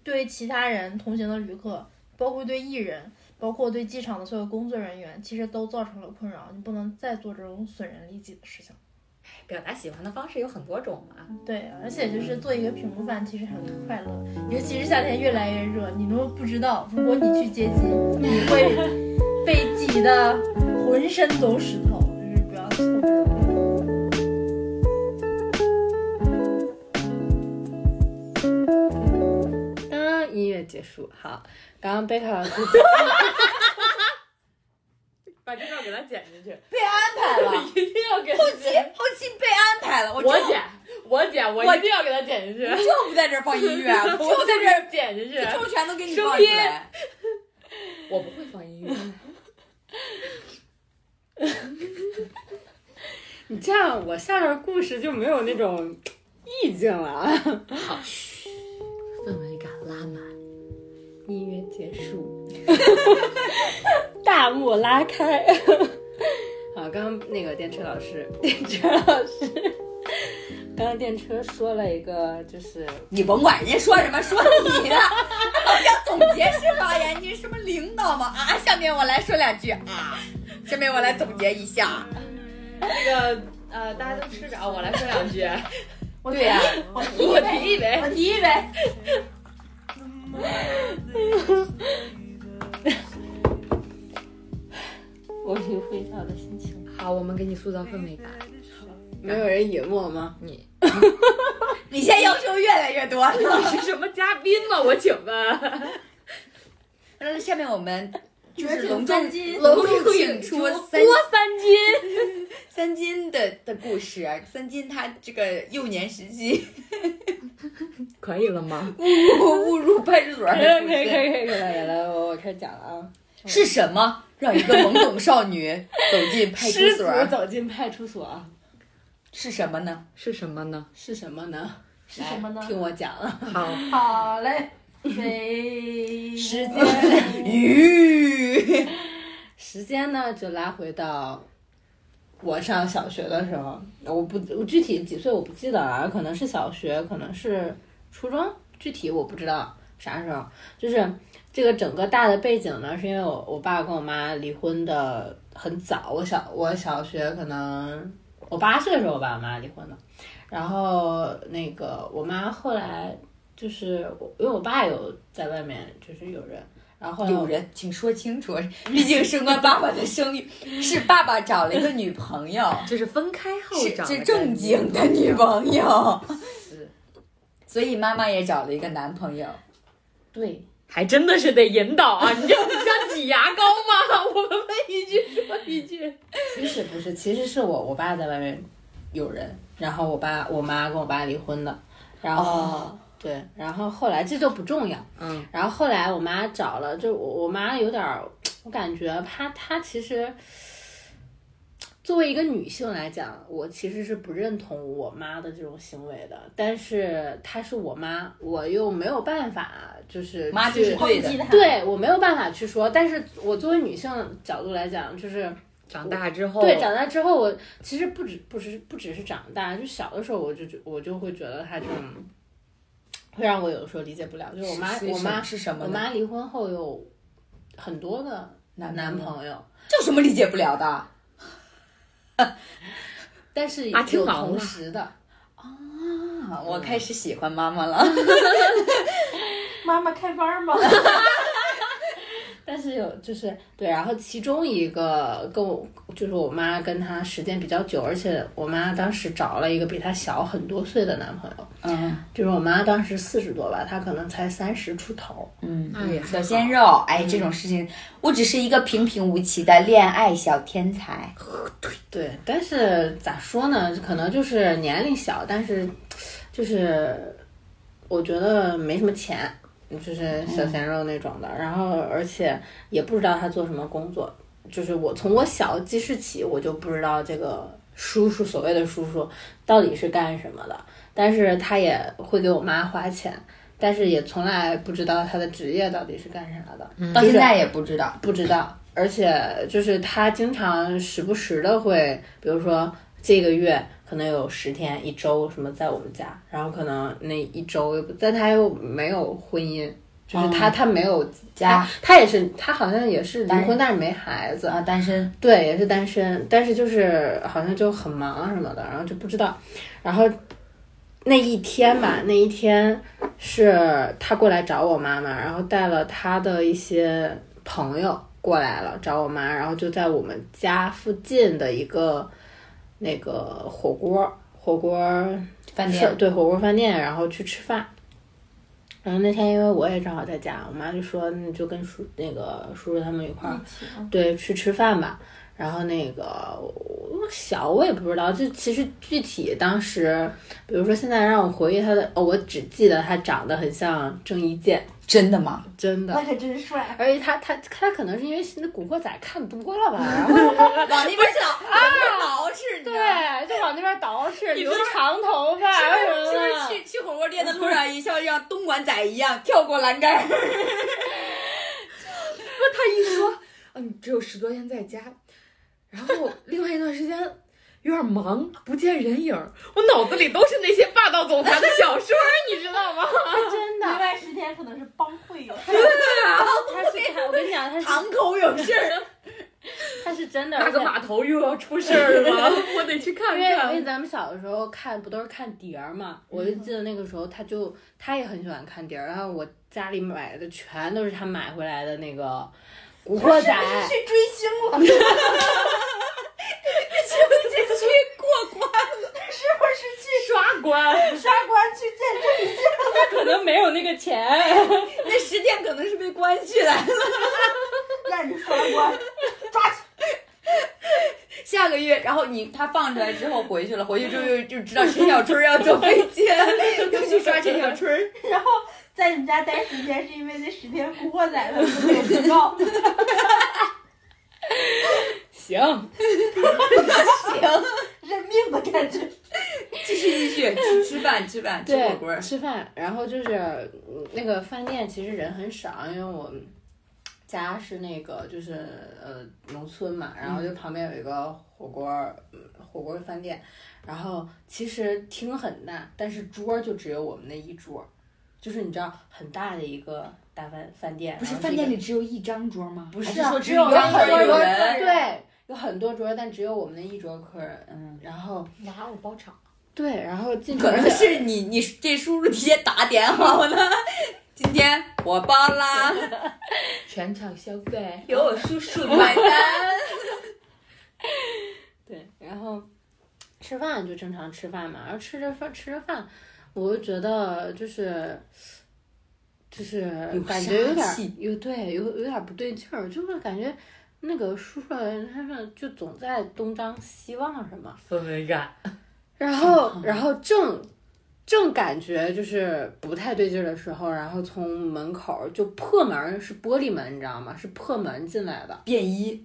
Speaker 3: 对其他人同行的旅客，包括对艺人，包括对机场的所有工作人员，其实都造成了困扰。你不能再做这种损人利己的事情。
Speaker 1: 表达喜欢的方式有很多种嘛。
Speaker 3: 对，而且就是做一个屏幕饭，其实很快乐，尤其是夏天越来越热，你都不知道，如果你去接机，你会被挤得浑身都湿透，就是不要错过。
Speaker 4: 刚刚音乐结束，好，刚刚贝卡老师
Speaker 1: 把这段给他剪进去，
Speaker 2: 被安排了，
Speaker 1: 一定要给他
Speaker 2: 后期后期被安排了，我
Speaker 1: 我
Speaker 2: 就
Speaker 1: 剪，我剪，我一定要给他剪进去，
Speaker 2: 就不在这儿放 音乐，我就在这儿
Speaker 1: 剪进去。
Speaker 2: 就全都给你
Speaker 1: 声
Speaker 2: 放出
Speaker 1: 音
Speaker 2: 来。
Speaker 1: 我不会放音乐，
Speaker 4: 你这样，我下边故事就没有那种意境了。啊
Speaker 1: 氛围感拉满。
Speaker 4: 音乐结结束， 大幕拉开。 好，刚刚那个电车老师， 电车老师，刚刚电车说了一个，就是
Speaker 2: 你甭管人家说什么，说你的， 要总结式发言，你是什么领导吗？啊，下面我来说两句啊，下面我来总结一下。
Speaker 1: 那个 呃，大家都吃着，我来说两句。
Speaker 2: 对啊呀、
Speaker 3: 我提
Speaker 1: 我
Speaker 3: 一
Speaker 1: 提一
Speaker 3: 杯，
Speaker 1: 杯
Speaker 3: 我提一杯。
Speaker 4: 我体会到的心情。
Speaker 1: 好，我们给你塑造氛围感。
Speaker 4: 没有人引我吗？
Speaker 1: 你
Speaker 2: 你现在要求越来越多了。
Speaker 1: 你是什么嘉宾吗？我请问。
Speaker 2: 那下面我们就是
Speaker 3: 请
Speaker 2: 隆重
Speaker 3: 三金
Speaker 2: 隆重请出三
Speaker 1: 三金，
Speaker 2: 三金的的故事。三金他这个幼年时期
Speaker 1: 可以了吗？
Speaker 2: 误入派出所
Speaker 4: 可
Speaker 2: 的
Speaker 4: 以
Speaker 2: 故
Speaker 4: 可以可
Speaker 2: 事
Speaker 4: 以可以来来，我我开始讲了啊。
Speaker 2: 是什么？让一个懵懂少女走进派 出
Speaker 4: 失足
Speaker 2: 所
Speaker 4: 走进派出所
Speaker 2: 是什么呢？
Speaker 1: 是什么呢？
Speaker 4: 是什么呢？
Speaker 3: 是什么呢
Speaker 4: 来听我讲啊。
Speaker 1: 好，
Speaker 3: 好嘞，飞。
Speaker 4: 时间，
Speaker 2: 鱼。
Speaker 4: 时间呢就拉回到我上小学的时候，我不我具体几岁我不记得了，可能是小学，可能是初中，具体我不知道啥时候。就是这个整个大的背景呢，是因为我我爸跟我妈离婚的很早，我小我小学可能我八岁的时候，我爸我妈离婚的，然后那个我妈后来。就是我，因为我爸有在外面，就是有人，然后后来我
Speaker 2: 有人，请说清楚， 毕竟事关爸爸的声誉，是爸爸找了一个女朋友，
Speaker 1: 这是分开后
Speaker 2: 是
Speaker 1: 长的
Speaker 2: 是正经的女朋友，
Speaker 4: 是
Speaker 2: 所以妈妈也找了一个男朋友。
Speaker 4: 对，
Speaker 1: 还真的是得引导啊！你这不像挤牙膏吗？ 我们问一句说一句。
Speaker 4: 其实不是，其实是我我爸在外面有人，然后我爸我妈跟我爸离婚的，然后、
Speaker 2: 哦
Speaker 4: 对，然后后来这都不重要，
Speaker 1: 嗯，
Speaker 4: 然后后来我妈找了，就我我妈有点儿，我感觉她她其实作为一个女性来讲，我其实是不认同我妈的这种行为的，但是她是我妈，我又没有办法，就是
Speaker 2: 妈就
Speaker 4: 去
Speaker 2: 是对的
Speaker 3: 抨击他，
Speaker 4: 对我没有办法去说，但是我作为女性角度来讲，就是。
Speaker 1: 长大之后，
Speaker 4: 对，长大之后我其实不止不是不只是长大，就小的时候我就觉我就会觉得他这种，会让我有的时候理解不了。就是我妈
Speaker 2: 是
Speaker 4: 我妈
Speaker 2: 是什么
Speaker 4: 我
Speaker 2: 呢？
Speaker 4: 妈离婚后有很多的
Speaker 2: 男
Speaker 4: 男
Speaker 2: 友，
Speaker 4: 朋友，
Speaker 2: 这有什么理解不了的？
Speaker 4: 但是
Speaker 1: 啊听
Speaker 4: 有
Speaker 1: 老
Speaker 4: 同
Speaker 1: 了
Speaker 4: 时的，
Speaker 2: 啊我开始喜欢妈妈了。
Speaker 3: 妈妈开班吗？
Speaker 4: 但是有就是对，然后其中一个跟我就是我妈跟她时间比较久，而且我妈当时找了一个比她小很多岁的男朋友，
Speaker 2: 嗯
Speaker 4: 就是我妈当时四十多吧，她可能才三十出头。
Speaker 2: 嗯
Speaker 1: 哎呀
Speaker 2: 小鲜肉，哎，这种事情，我只是一个平平无奇的恋爱小天才。
Speaker 4: 对，但是咋说呢？可能就是年龄小，但是就是我觉得没什么钱，就是小鲜肉那种的。然后，而且也不知道他做什么工作。就是我从我小记事起，我就不知道这个叔叔所谓的叔叔到底是干什么的。但是他也会给我妈花钱，但是也从来不知道他的职业到底是干啥的。
Speaker 2: 到现在也不知道，
Speaker 4: 不知道，而且就是他经常时不时的会，比如说这个月可能有十天、一周什么在我们家，然后可能那一周，但他又没有婚姻，就是他、他没有
Speaker 2: 家
Speaker 4: 他也是他好像也是离
Speaker 2: 单
Speaker 4: 婚，但是没孩子，
Speaker 2: 啊，单身。
Speaker 4: 对，也是单身，但是就是好像就很忙什么的，然后就不知道。然后那一天吧，那一天是他过来找我妈妈，然后带了他的一些朋友过来了找我妈，然后就在我们家附近的一个那个火锅火锅
Speaker 2: 饭
Speaker 4: 是对火锅饭店，然后去吃饭。然后那天因为我也正好在家，我妈就说那就跟叔那个叔叔他们一块儿，对，去吃饭吧。然后那个我我小我也不知道，就其实具体当时，比如说现在让我回忆他的，哦，我只记得他长得很像郑伊健，
Speaker 2: 真的吗？
Speaker 4: 真的。
Speaker 3: 那可真帅。
Speaker 4: 而且他他他可能是因为那《古惑仔》看多了吧，然后
Speaker 2: 往那边倒，往那边倒是，你知道吗
Speaker 4: 对，啊就往那边捯饬，留长头发什么的，
Speaker 2: 就是去去火锅店的路上，一像像东莞仔一样跳过栏杆儿。
Speaker 1: 一说，嗯，只有十多天在家，然后另外一段时间有点忙，不见人影儿，我脑子里都是那些霸道总裁的小说儿，你知道吗？
Speaker 4: 哎真的
Speaker 3: 另外十天可能是帮会了。
Speaker 4: 他是他，我跟你讲，他是
Speaker 2: 口有事 儿，
Speaker 4: 他是真的，
Speaker 1: 那
Speaker 4: 而且
Speaker 1: 个码头又要出事儿了， 我得去看
Speaker 4: 因为因为
Speaker 1: 看。
Speaker 4: 咱们小的时候看不都是看碟儿嘛，我就记得那个时候他就他也很喜欢看碟儿，然后我家里买的全都是他买回来的那个《古惑仔》，
Speaker 3: 去追星了，是
Speaker 2: 去过关。
Speaker 3: 不是去
Speaker 1: 刷关，
Speaker 3: 刷关去见证？
Speaker 4: 可能没有那个钱。
Speaker 2: 那十天可能是被关起来了，
Speaker 3: 让你刷关，抓起
Speaker 2: 下个月，然后你他放出来之后回去了，回去之后又就知道陈小春要坐飞机了， 又去刷陈小春。
Speaker 3: 然后在你们家待十天，是因为那十天《古惑仔》的那个广告。
Speaker 4: 行，
Speaker 3: 认命的感觉。
Speaker 2: 继续继续，吃吃饭吃饭吃火锅
Speaker 4: 对，。吃饭，然后就是嗯那个饭店其实人很少，因为我们家是那个就是呃农村嘛，然后就旁边有一个火锅儿嗯火锅儿饭店，然后其实厅很大，但是桌儿就只有我们那一桌儿，就是你知道很大的一个大饭饭店，然后这个
Speaker 2: 只有一张桌吗？
Speaker 4: 不
Speaker 2: 还
Speaker 4: 是啊
Speaker 2: 说
Speaker 4: 只有
Speaker 2: 一
Speaker 4: 张
Speaker 2: 张
Speaker 4: 桌
Speaker 2: 桌
Speaker 4: 儿
Speaker 2: 有
Speaker 4: 有
Speaker 2: 人。
Speaker 4: 对。有很多桌儿，但只有我们那一桌儿客人，嗯，然后
Speaker 1: 哇哦，包场！
Speaker 4: 对，然后进去
Speaker 2: 可
Speaker 4: 而
Speaker 2: 能
Speaker 4: 且
Speaker 2: 是你你这叔叔提前打点好了，今天我包啦，
Speaker 1: 全场消费由我叔叔
Speaker 2: 买单。
Speaker 4: 对，然后吃饭就正常吃饭嘛，然后吃着饭吃着饭，我就觉得就是就是
Speaker 2: 有
Speaker 4: 感觉有
Speaker 2: 杀
Speaker 4: 点儿
Speaker 2: 气
Speaker 4: 有对有有点儿不对劲儿，就是感觉那个叔叔他们就总在东张西望什么。
Speaker 1: 氛围感，
Speaker 4: 然后，然后正正感觉就是不太对劲儿的时候，然后从门口儿就破门儿是玻璃门，你知道吗？是破门进来的，
Speaker 2: 便衣，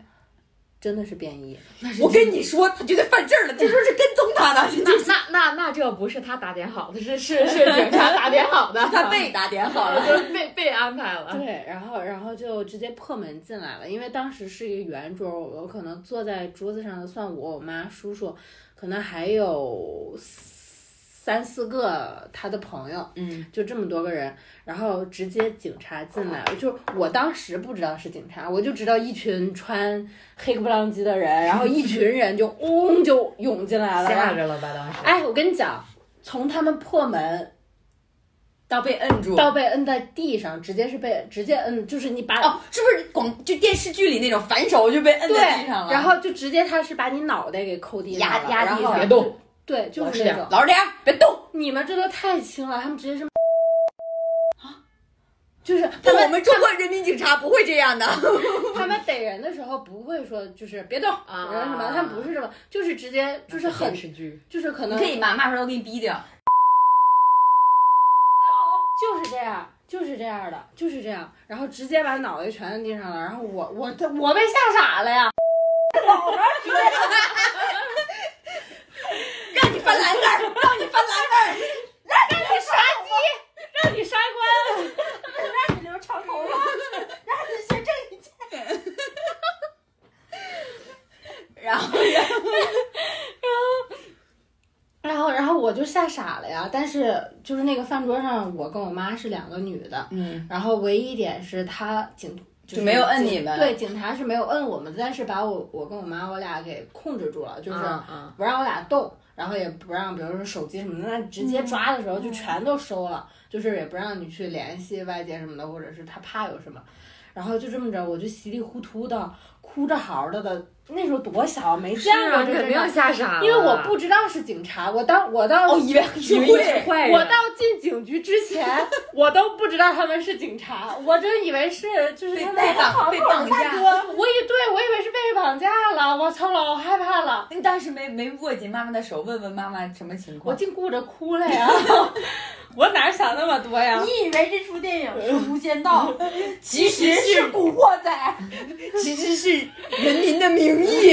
Speaker 4: 真的是便衣。
Speaker 2: 我跟你说，他绝对犯事儿了，这叔是跟踪他的，
Speaker 1: 那那那那这不是他打点好的，是是是 警察打点好的，
Speaker 2: 他 被打点好了。
Speaker 1: 被被安排了。
Speaker 4: 对，然后然后就直接破门进来了，因为当时是一个圆桌，我可能坐在桌子上的算我、我妈、叔叔，可能还有三四个他的朋友，
Speaker 2: 嗯，
Speaker 4: 就这么多个人，然后直接警察进来，就我当时不知道是警察，我就知道一群穿黑不浪叽的人，然后一群人就嗡就涌进来了，然后
Speaker 1: 着了吧？当时
Speaker 4: 哎，我跟你讲，从他们破门
Speaker 2: 到被摁住。
Speaker 4: 到被摁在地上，直接是被直接摁，就是你把、
Speaker 2: 哦，是不是广就电视剧里那种反手就被摁
Speaker 4: 对
Speaker 2: 在地上，了？
Speaker 4: 然后就直接他是把你脑袋给扣地上
Speaker 2: 压
Speaker 4: 了
Speaker 2: 压
Speaker 4: 然
Speaker 2: 地
Speaker 4: 后
Speaker 2: 上
Speaker 1: 别动，
Speaker 4: 对，就
Speaker 1: 老
Speaker 4: 是
Speaker 1: 实
Speaker 4: 那
Speaker 1: 点
Speaker 4: 种。
Speaker 2: 老实点儿，别动。
Speaker 4: 你们这都太轻了，他们直接是啊
Speaker 2: 就是不，我们中国人民警察不会这样的。
Speaker 4: 他们逮人的时候不会说就是别动，
Speaker 1: 啊
Speaker 4: 然后什么，他们不是这么，就是直接就是很
Speaker 1: 电视剧，
Speaker 4: 就是可
Speaker 2: 你
Speaker 4: 能
Speaker 2: 可以骂骂出来，我给你逼掉。
Speaker 4: 就是这样，就是这样的，就是这样，然后直接把脑袋全摁地上了，然后我我我被吓傻了呀，
Speaker 2: 让你翻栏杆儿，让你翻栏杆儿。
Speaker 4: 让你杀
Speaker 3: 让你留长头发，让你学这一切。
Speaker 2: 然后
Speaker 4: 关，然后然后我就吓傻了呀，但是就是那个饭桌上，我跟我妈是两个女的，
Speaker 2: 嗯，
Speaker 4: 然后唯一一点是她警
Speaker 2: 就
Speaker 4: 就
Speaker 2: 是没有摁你
Speaker 4: 警
Speaker 2: 们
Speaker 4: 对，警察是没有摁我们的，但是把我我跟我妈我俩给控制住了，就是
Speaker 2: 啊
Speaker 1: 嗯
Speaker 4: 不让我俩动，然后也不让，比如说手机什么的，那直接抓的时候
Speaker 2: 嗯
Speaker 4: 就全都收了，就是也不让你去联系外界什么的，或者是他怕有什么，然后就这么着，我就稀里糊涂的哭着嚎着的，那时候多小，没
Speaker 1: 嗯，
Speaker 4: 见过这
Speaker 1: 肯
Speaker 4: 真
Speaker 1: 定
Speaker 4: 的。
Speaker 1: 吓傻了，
Speaker 4: 因为我不知道是警察，我当我到、
Speaker 2: 哦，以为
Speaker 1: 以
Speaker 2: 是
Speaker 1: 为
Speaker 2: 会
Speaker 1: 是坏人，
Speaker 4: 我到进警局之前，我都不知道他们是警察，我真以为是就是
Speaker 2: 被
Speaker 4: 他们
Speaker 2: 被绑被绑架。
Speaker 4: 我以对我以为是被绑架了，我操，老害怕了。
Speaker 2: 你当时没没握紧妈妈的手，问问妈妈什么情
Speaker 4: 我
Speaker 2: 况？
Speaker 4: 净顾着哭了呀，我哪想那么多呀？
Speaker 3: 你以为这出电影是《无间道》，
Speaker 2: 其
Speaker 3: 其
Speaker 2: 实
Speaker 3: 实是《
Speaker 2: 是
Speaker 3: 古惑仔》。
Speaker 2: 其实是人民的 名义。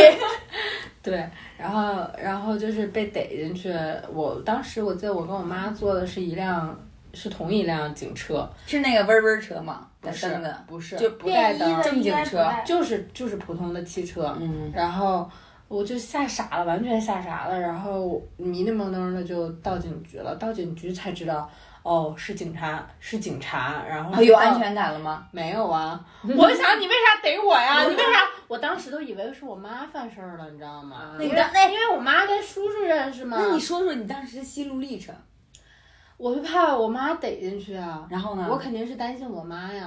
Speaker 4: 对，然后然后就是被逮进去，我当时我记得我跟我妈坐的是一辆是同一辆警车，
Speaker 2: 是那个嗡嗡车吗？
Speaker 4: 不
Speaker 2: 带灯
Speaker 4: 是
Speaker 2: 的，
Speaker 4: 不是
Speaker 2: 就不带
Speaker 3: 便衣
Speaker 2: 灯
Speaker 3: 的，
Speaker 2: 正经
Speaker 3: 应该不
Speaker 2: 车。
Speaker 3: 带
Speaker 4: 就是就是普通的汽车，
Speaker 2: 嗯，
Speaker 4: 然后我就吓傻了，完全吓傻了，然后迷迷蒙蒙的就到警局了，到警局才知道。哦，是警察，是警察，然后
Speaker 2: 哦有
Speaker 4: 到
Speaker 2: 安全感了吗？
Speaker 4: 没有 啊，我想你为啥逮我呀？
Speaker 2: 啊
Speaker 4: 你为啥？我当时都以为是我妈犯事儿了，你知道吗？
Speaker 1: 那
Speaker 4: 因
Speaker 1: 你
Speaker 4: 为
Speaker 2: 当哎
Speaker 4: 因为我妈跟叔叔认识嘛，
Speaker 2: 那你说说你当时的心路历程，
Speaker 4: 我就怕我妈逮进去啊，
Speaker 2: 然后呢？
Speaker 4: 我肯定是担心我妈呀。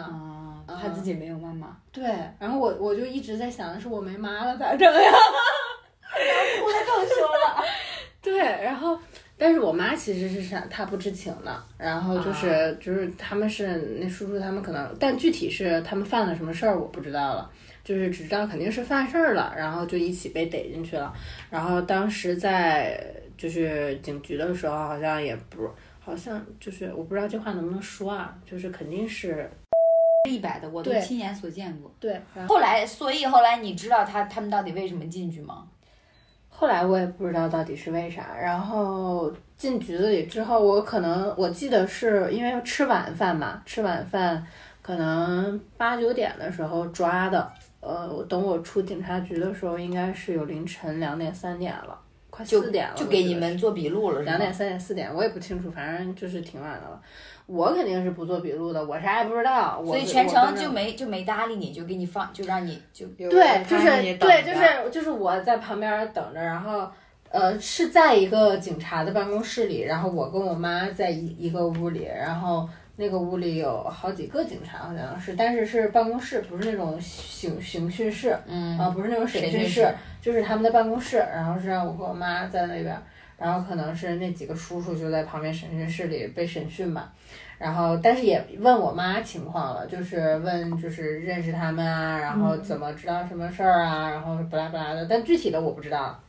Speaker 2: 啊，他自己没有妈妈，
Speaker 4: 对，然后我我就一直在想的是我没妈了咋整呀？
Speaker 3: 哭的更凶了。
Speaker 4: 对，然后但是我妈其实是啥，她不知情的，然后就是、
Speaker 1: 啊
Speaker 4: 就是他们是那叔叔他们可能，但具体是他们犯了什么事儿我不知道了，就是只知道肯定是犯事儿了，然后就一起被逮进去了，然后当时在就是警局的时候好像也不。好像就是我不知道这话能不能说啊，就是肯定是
Speaker 2: 一百的我都
Speaker 4: 对
Speaker 2: 亲眼所见过。
Speaker 4: 对，然后。
Speaker 2: 后来，所以后来你知道他他们到底为什么进去吗？
Speaker 4: 后来我也不知道到底是为啥，然后进局子里之后，我可能我记得是因为要吃晚饭嘛，吃晚饭可能八九点的时候抓的，呃，我等我出警察局的时候，应该是有凌晨两点三点了，快
Speaker 2: 就
Speaker 4: 四点了，
Speaker 2: 就
Speaker 4: 我
Speaker 2: 给
Speaker 4: 觉
Speaker 2: 你
Speaker 4: 得
Speaker 2: 们做笔录了，是吗
Speaker 4: 两点、三点、四点，我也不清楚，反正就是挺晚的了。我肯定是不做笔录的，我啥也不知道，我
Speaker 2: 所以全程就
Speaker 4: 没。
Speaker 2: 没就没搭理你，就给你放，就让你就
Speaker 4: 对，就是对，就是就是我在旁边等着，然后呃是在一个警察的办公室里，然后我跟我妈在一一个屋里，然后那个屋里有好几个警察好像是，但是是办公室，不是那种刑刑讯室
Speaker 2: 嗯
Speaker 4: 啊，不是那种审
Speaker 2: 审
Speaker 4: 讯
Speaker 2: 讯
Speaker 4: 室
Speaker 2: 室，
Speaker 4: 就是他们的办公室，然后是让我跟我妈在那边。然后可能是那几个叔叔就在旁边审讯室里被审讯吧，然后但是也问我妈情况了，就是问就是认识他们啊，然后
Speaker 2: 嗯
Speaker 4: 怎么知道什么事儿啊，然后不拉不拉的，但具体的我不知道，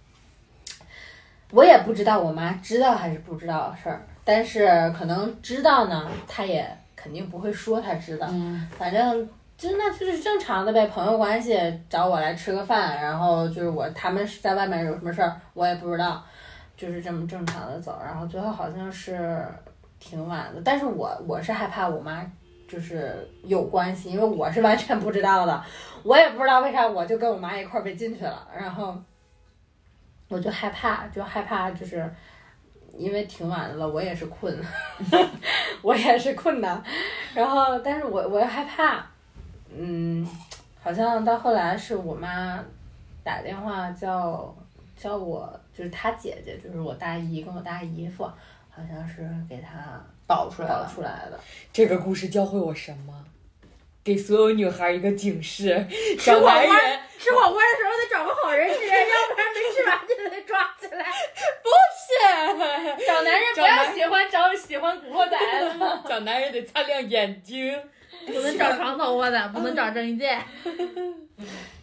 Speaker 4: 我也不知道我妈知道还是不知道的事儿，但是可能知道呢，她也肯定不会说她知道，
Speaker 2: 嗯，
Speaker 4: 反正真的就是正常的呗，朋友关系找我来吃个饭，然后就是我他们是在外面有什么事儿，我也不知道，就是这么正常的走，然后最后好像是挺晚的，但是我我是害怕我妈。就是有关系，因为我是完全不知道的，我也不知道为啥我就跟我妈一块儿被进去了，然后我就害怕，就害怕，就是因为挺晚的了，我也是困， 我也是困的，然后，但是我我又害怕，嗯，好像到后来是我妈打电话叫叫我，就是她姐姐，就是我大姨跟我大姨夫，好像是给她
Speaker 2: 保出来
Speaker 4: 搞
Speaker 2: 了。
Speaker 4: 出来的。
Speaker 1: 这个故事教会我什么？给所有女孩一个警示：
Speaker 3: 吃
Speaker 1: 找
Speaker 3: 火锅
Speaker 1: 男人
Speaker 3: 儿， 吃火锅的时候得找个好人吃，要不然没吃完就得抓起来。
Speaker 4: 找男人不
Speaker 1: 找男
Speaker 4: 要喜欢找喜欢古惑仔啊的，
Speaker 1: 找男人得擦亮眼睛。
Speaker 3: 不能找长头发的，不能找郑伊健。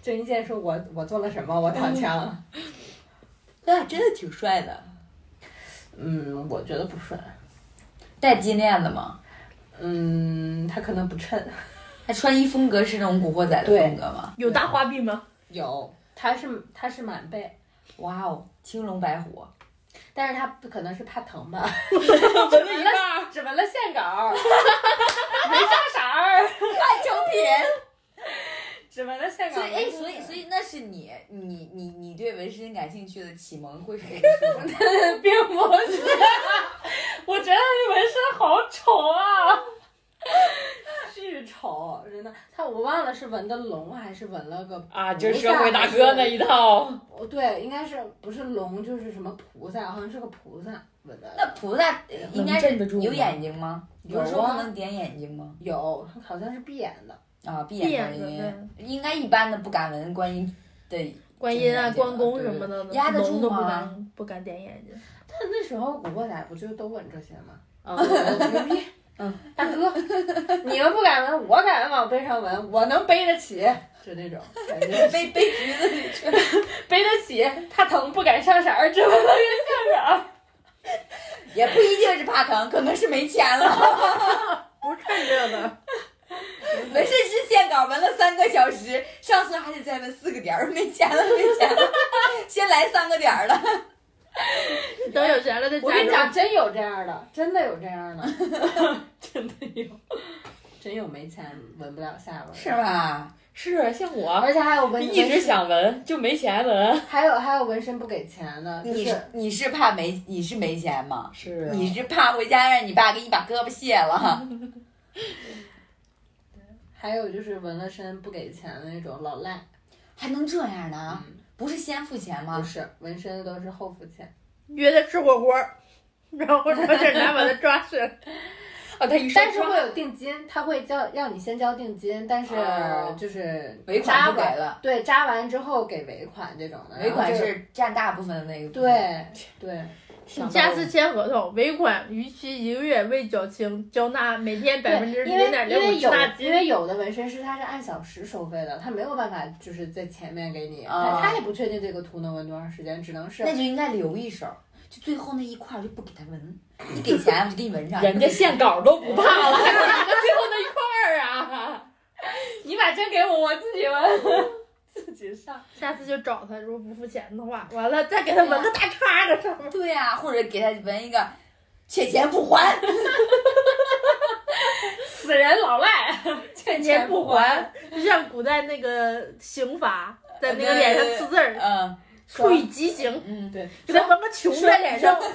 Speaker 4: 郑伊健说我我做了什么？我躺枪。
Speaker 2: 那真的挺帅的，
Speaker 4: 嗯，我觉得不顺。
Speaker 2: 戴金链子吗？
Speaker 4: 嗯，他可能不衬。
Speaker 2: 他穿衣风格是那种古惑仔的
Speaker 4: 对
Speaker 2: 风格吗？
Speaker 3: 有大花臂吗？
Speaker 4: 有，他是他是满背，
Speaker 2: 哇哦，青龙白虎，
Speaker 4: 但是他可能是怕疼 吧。
Speaker 1: 纹了一半，
Speaker 4: 只纹了线稿， 没上色儿，
Speaker 2: 半成品。
Speaker 4: 只纹了线稿。
Speaker 2: 所以，哎，
Speaker 4: 啊
Speaker 2: 所以，所以那是你，你，你，你对纹身感兴趣的启蒙会是这个书吗？
Speaker 4: 以并不 是，我觉得那纹身好丑啊， 巨丑，真的。他我忘了是纹的龙还是纹了个
Speaker 1: 啊，就是社会大哥那一套。
Speaker 4: 哦，对，应该是不是龙就是什么菩萨，好像是个菩萨纹的。
Speaker 2: 那菩萨呃应该是
Speaker 1: 能镇得住吗
Speaker 2: 有眼睛吗？
Speaker 4: 有
Speaker 2: 不
Speaker 4: 啊
Speaker 2: 是说不能点眼睛吗？
Speaker 4: 有，好像是闭眼的。
Speaker 2: 啊，闭眼观
Speaker 3: 闭眼
Speaker 2: 音，应该一般的不敢闻观音 的。
Speaker 3: 观音啊，
Speaker 2: 真的
Speaker 3: 关公什么的，
Speaker 2: 对压得住
Speaker 3: 聋都不
Speaker 2: 吗
Speaker 3: 敢不敢点眼睛。
Speaker 4: 但那时候古惑仔不就都纹这些吗？
Speaker 1: 啊，
Speaker 4: 牛逼！ 嗯，大哥， 你们不敢纹，我敢往背上纹，我能背得起，就那种感觉，背
Speaker 2: 背背橘子里去了，
Speaker 4: 背得起，怕疼不敢上色儿，只纹了个相色儿。
Speaker 2: 也不一定是怕疼，可能是没钱了。
Speaker 3: 不是看这个，
Speaker 2: 纹身师线稿纹了三个小时，上次还得再纹四个点儿，没钱了，没钱了，先来三个点儿了。
Speaker 3: 等有钱了再加入。
Speaker 4: 我跟你讲，真有这样的，真的有这样的，真的有， 真有没钱闻不了下文，
Speaker 2: 是？吧？
Speaker 1: 是像我，
Speaker 4: 而且还有纹，
Speaker 1: 一直想纹就没钱纹。
Speaker 4: 还有还有纹身不给钱的，就
Speaker 2: 你
Speaker 4: 是
Speaker 2: 是你是怕没你是没钱吗？
Speaker 1: 是啊
Speaker 2: 你是怕回家让你爸给你把胳膊卸了？
Speaker 4: 还有就是纹了身不给钱的那种老赖，啊
Speaker 2: 还能这样呢？不是先付钱
Speaker 4: 不
Speaker 2: 吗？
Speaker 4: 是纹身都是后付钱，
Speaker 3: 约他吃火锅，然后找警察把他抓起来。
Speaker 1: 啊，他一说
Speaker 4: 但是会有定金，他会叫让你先交定金，但是
Speaker 2: 哦
Speaker 4: 就是
Speaker 2: 尾款
Speaker 4: 扎
Speaker 2: 不给
Speaker 4: 完
Speaker 2: 了，
Speaker 4: 对，扎完之后给尾款这种的，
Speaker 2: 尾款
Speaker 4: 然后就是
Speaker 2: 占大部分的那个部分。
Speaker 4: 对对，
Speaker 1: 想
Speaker 3: 你
Speaker 1: 到
Speaker 3: 下
Speaker 1: 我
Speaker 3: 次签合同，尾款逾期一个月未缴清，缴纳每天 百分之
Speaker 4: 对，因
Speaker 3: 零点
Speaker 4: 为因
Speaker 3: 零
Speaker 4: 为
Speaker 3: 五
Speaker 4: 有
Speaker 3: 纳
Speaker 4: 因
Speaker 3: 金。
Speaker 4: 为有的纹身师他是按小时收费的，他没有办法就是在前面给你，
Speaker 2: 啊
Speaker 4: 他他也不确定这个图能纹多长时间，只能是
Speaker 2: 那就应该留一手，就最后那一块儿就不给他纹，你给钱我就给你纹上。
Speaker 1: 人家线稿都不怕了，还有你们最后那一块儿啊！
Speaker 4: 你把针给我，我自己纹，自己上。
Speaker 3: 下次就找他，如果不付钱的话，完了再给他纹个大叉在上面。
Speaker 2: 对呀、或者给他纹一个欠钱不还，
Speaker 3: 死人老赖，
Speaker 4: 欠
Speaker 3: 钱不还，就像古代那个刑罚，在那个脸上刺字儿，
Speaker 2: 嗯
Speaker 3: 处以极刑，
Speaker 2: 嗯，
Speaker 4: 对，
Speaker 3: 给他纹个穷
Speaker 4: 说
Speaker 3: 在脸上。
Speaker 4: 催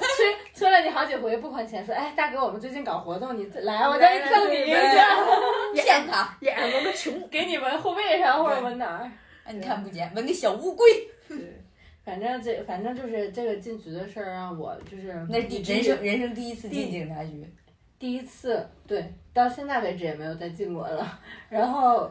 Speaker 4: 催了你好几回不还钱，说哎大哥，我们最近搞活动，你自 来，啊我
Speaker 3: 来
Speaker 4: 再
Speaker 3: 来
Speaker 4: 赠你一
Speaker 3: 来
Speaker 4: 个，
Speaker 2: 骗他，
Speaker 3: 脸上纹个穷，
Speaker 4: 给你纹后背上或者纹哪儿。
Speaker 2: 哎你看不见，纹个小乌龟，
Speaker 4: 对，反正这反正就是这个进局的事儿，让我就是
Speaker 2: 那是第人生人生第一次进
Speaker 4: 第
Speaker 2: 警察局，
Speaker 4: 第一次，对，到现在为止也没有再进过了。然后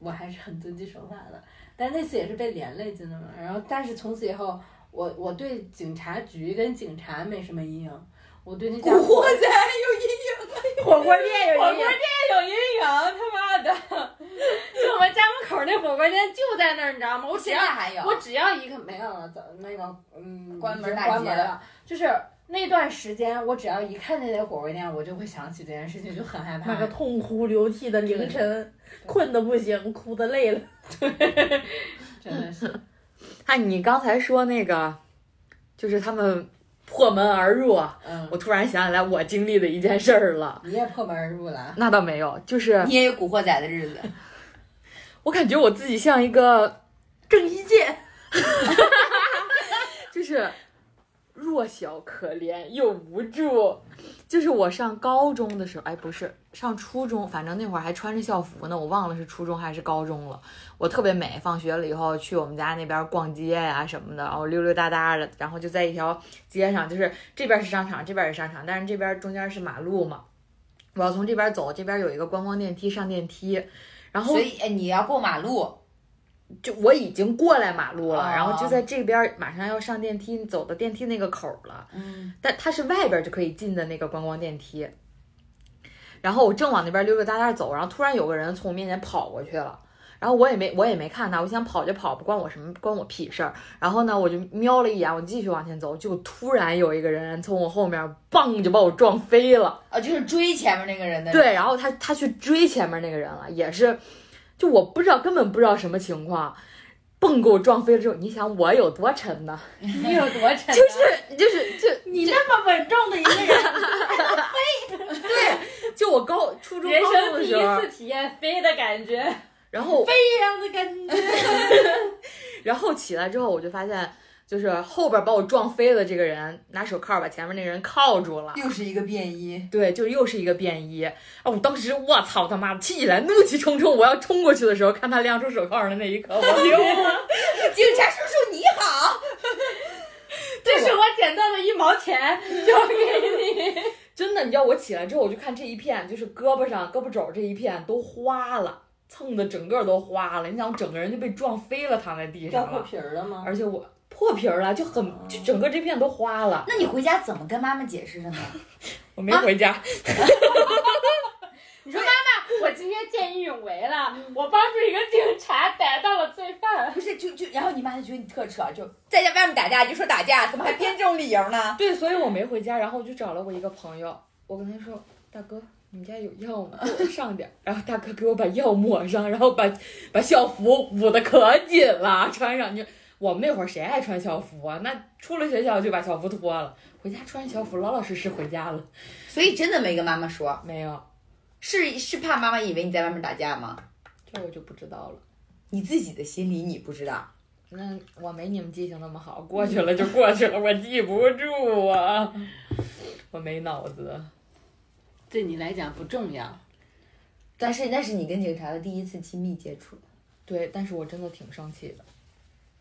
Speaker 4: 我还是很遵纪守法的，但那次也是被连累进的嘛。然后，但是从此以后，我我对警察局跟警察没什么阴影，我对那
Speaker 2: 古
Speaker 4: 家伙
Speaker 2: 惑仔有阴影，
Speaker 3: 火锅店有一
Speaker 4: 店有阴影，他妈的！ 就我们家门口那火锅店就在那儿，你知道吗？我只
Speaker 2: 现
Speaker 4: 要
Speaker 2: 在还有
Speaker 4: 我只要一个没有了，走那个嗯，
Speaker 2: 关门
Speaker 4: 已经
Speaker 2: 大
Speaker 4: 关
Speaker 2: 吉
Speaker 4: 门
Speaker 2: 了
Speaker 4: 了，就是那段时间，我只要一看见那火锅店，我就会想起这件事情，就很害怕。
Speaker 3: 那个痛哭流涕的凌晨，困的不行，哭的累了。
Speaker 4: 真 的是，
Speaker 1: 哎，你刚才说那个，就是他们破门而入，啊
Speaker 4: 嗯，
Speaker 1: 我突然想起来我经历的一件事儿了。
Speaker 4: 你也破门而入了 啊，
Speaker 1: 那倒没有，就是
Speaker 2: 你也有古惑仔的日子，
Speaker 1: 我感觉我自己像一个，
Speaker 3: 郑伊健，
Speaker 1: 就是弱小、可怜又无助。就是我上高中的时候，哎，不是上初中，反正那会儿还穿着校服呢，我忘了是初中还是高中了。我特别美，放学了以后去我们家那边逛街呀、什么的，然后溜溜达达的，然后就在一条街上，就是这边是商场，这边是商场，但是这边中间是马路嘛。我要从这边走，这边有一个观光电梯，上电梯，然后
Speaker 2: 所以哎你要过马路，
Speaker 1: 就我已经过来马路了，
Speaker 2: 哦
Speaker 1: 然后就在这边儿马上要上电梯，走到电梯那个口儿了，
Speaker 2: 嗯，
Speaker 1: 但它是外边儿就可以进的那个观光电梯。然后我正往那边溜溜达达走，然后突然有个人从我面前跑过去了，然后我也没我也没看他，我想跑就跑，不关我什么关我屁事儿。然后呢，我就瞄了一眼，我继续往前走，就突然有一个人从我后面嘣就把我撞飞了。
Speaker 2: 哦，就是追前面那个人的，
Speaker 1: 对，然后他他去追前面那个人了，也是，就我不知道，根本不知道什么情况，蹦给我撞飞了之后，你想我有多沉 呢？
Speaker 4: 你有多沉啊？
Speaker 1: 就是就是就
Speaker 3: 你那么稳重的一个人，
Speaker 1: 就我高初中
Speaker 4: 人
Speaker 1: 高
Speaker 4: 生
Speaker 1: 中的
Speaker 4: 第
Speaker 1: 时候
Speaker 4: 一，次体验飞的感觉，
Speaker 1: 然后
Speaker 3: 这样的感 觉。
Speaker 1: 然后起来之后，我就发现就是后边把我撞飞的这个人拿手铐把前面那个人铐住
Speaker 4: 嗯
Speaker 1: 了。
Speaker 2: 又是一个便衣，
Speaker 1: 对，就又是一个便衣啊！我当时我操他妈的气起来，怒气冲冲，我要冲过去的时候，看他亮出手铐的那一刻， 我明白了
Speaker 2: 警察叔叔你好，
Speaker 4: 这是我捡到的一毛钱，交给你。
Speaker 1: 真的，你知道我起来之后，我就看这一片，就是胳膊上、胳膊肘这一片都花了，蹭的整个都花了。你想，我整个人就被撞飞了，躺在地
Speaker 4: 掉
Speaker 1: 上
Speaker 4: 破
Speaker 1: 了，
Speaker 4: 皮儿了吗？
Speaker 1: 而且我破皮儿了，就很就整个这片都花了。
Speaker 4: 啊
Speaker 2: 那你回家怎么跟妈妈解释的呢？
Speaker 1: 我没回家，
Speaker 4: 你说妈妈，我今天见义勇为了，我帮助一个警察逮到了罪犯。
Speaker 2: 不是，就就然后你妈就觉得你特扯，就在家外面打架你就说打架，怎么还编这种理由呢？
Speaker 1: 对，所以我没回家，然后我就找了我一个朋友，我跟他说：“大哥，你们家有药吗？给我上点儿。”然后大哥给我把药抹上，然后把把校服捂得可紧了，穿上就。我们那会儿谁爱穿校服啊？那出了学校就把校服脱了，回家穿校服，老老实实回家了。
Speaker 2: 所以真的没跟妈妈说，
Speaker 1: 没有，
Speaker 2: 是是怕妈妈以为你在外面打架吗？
Speaker 1: 这我就不知道了。
Speaker 2: 你自己的心里你不知道，
Speaker 1: 那我没你们记性那么好，过去了就过去了，我记不住啊， 我没脑子。
Speaker 4: 对你来讲不重要。
Speaker 2: 但是那是你跟警察的第一次亲密接触。
Speaker 1: 对，但是我真的挺生气的。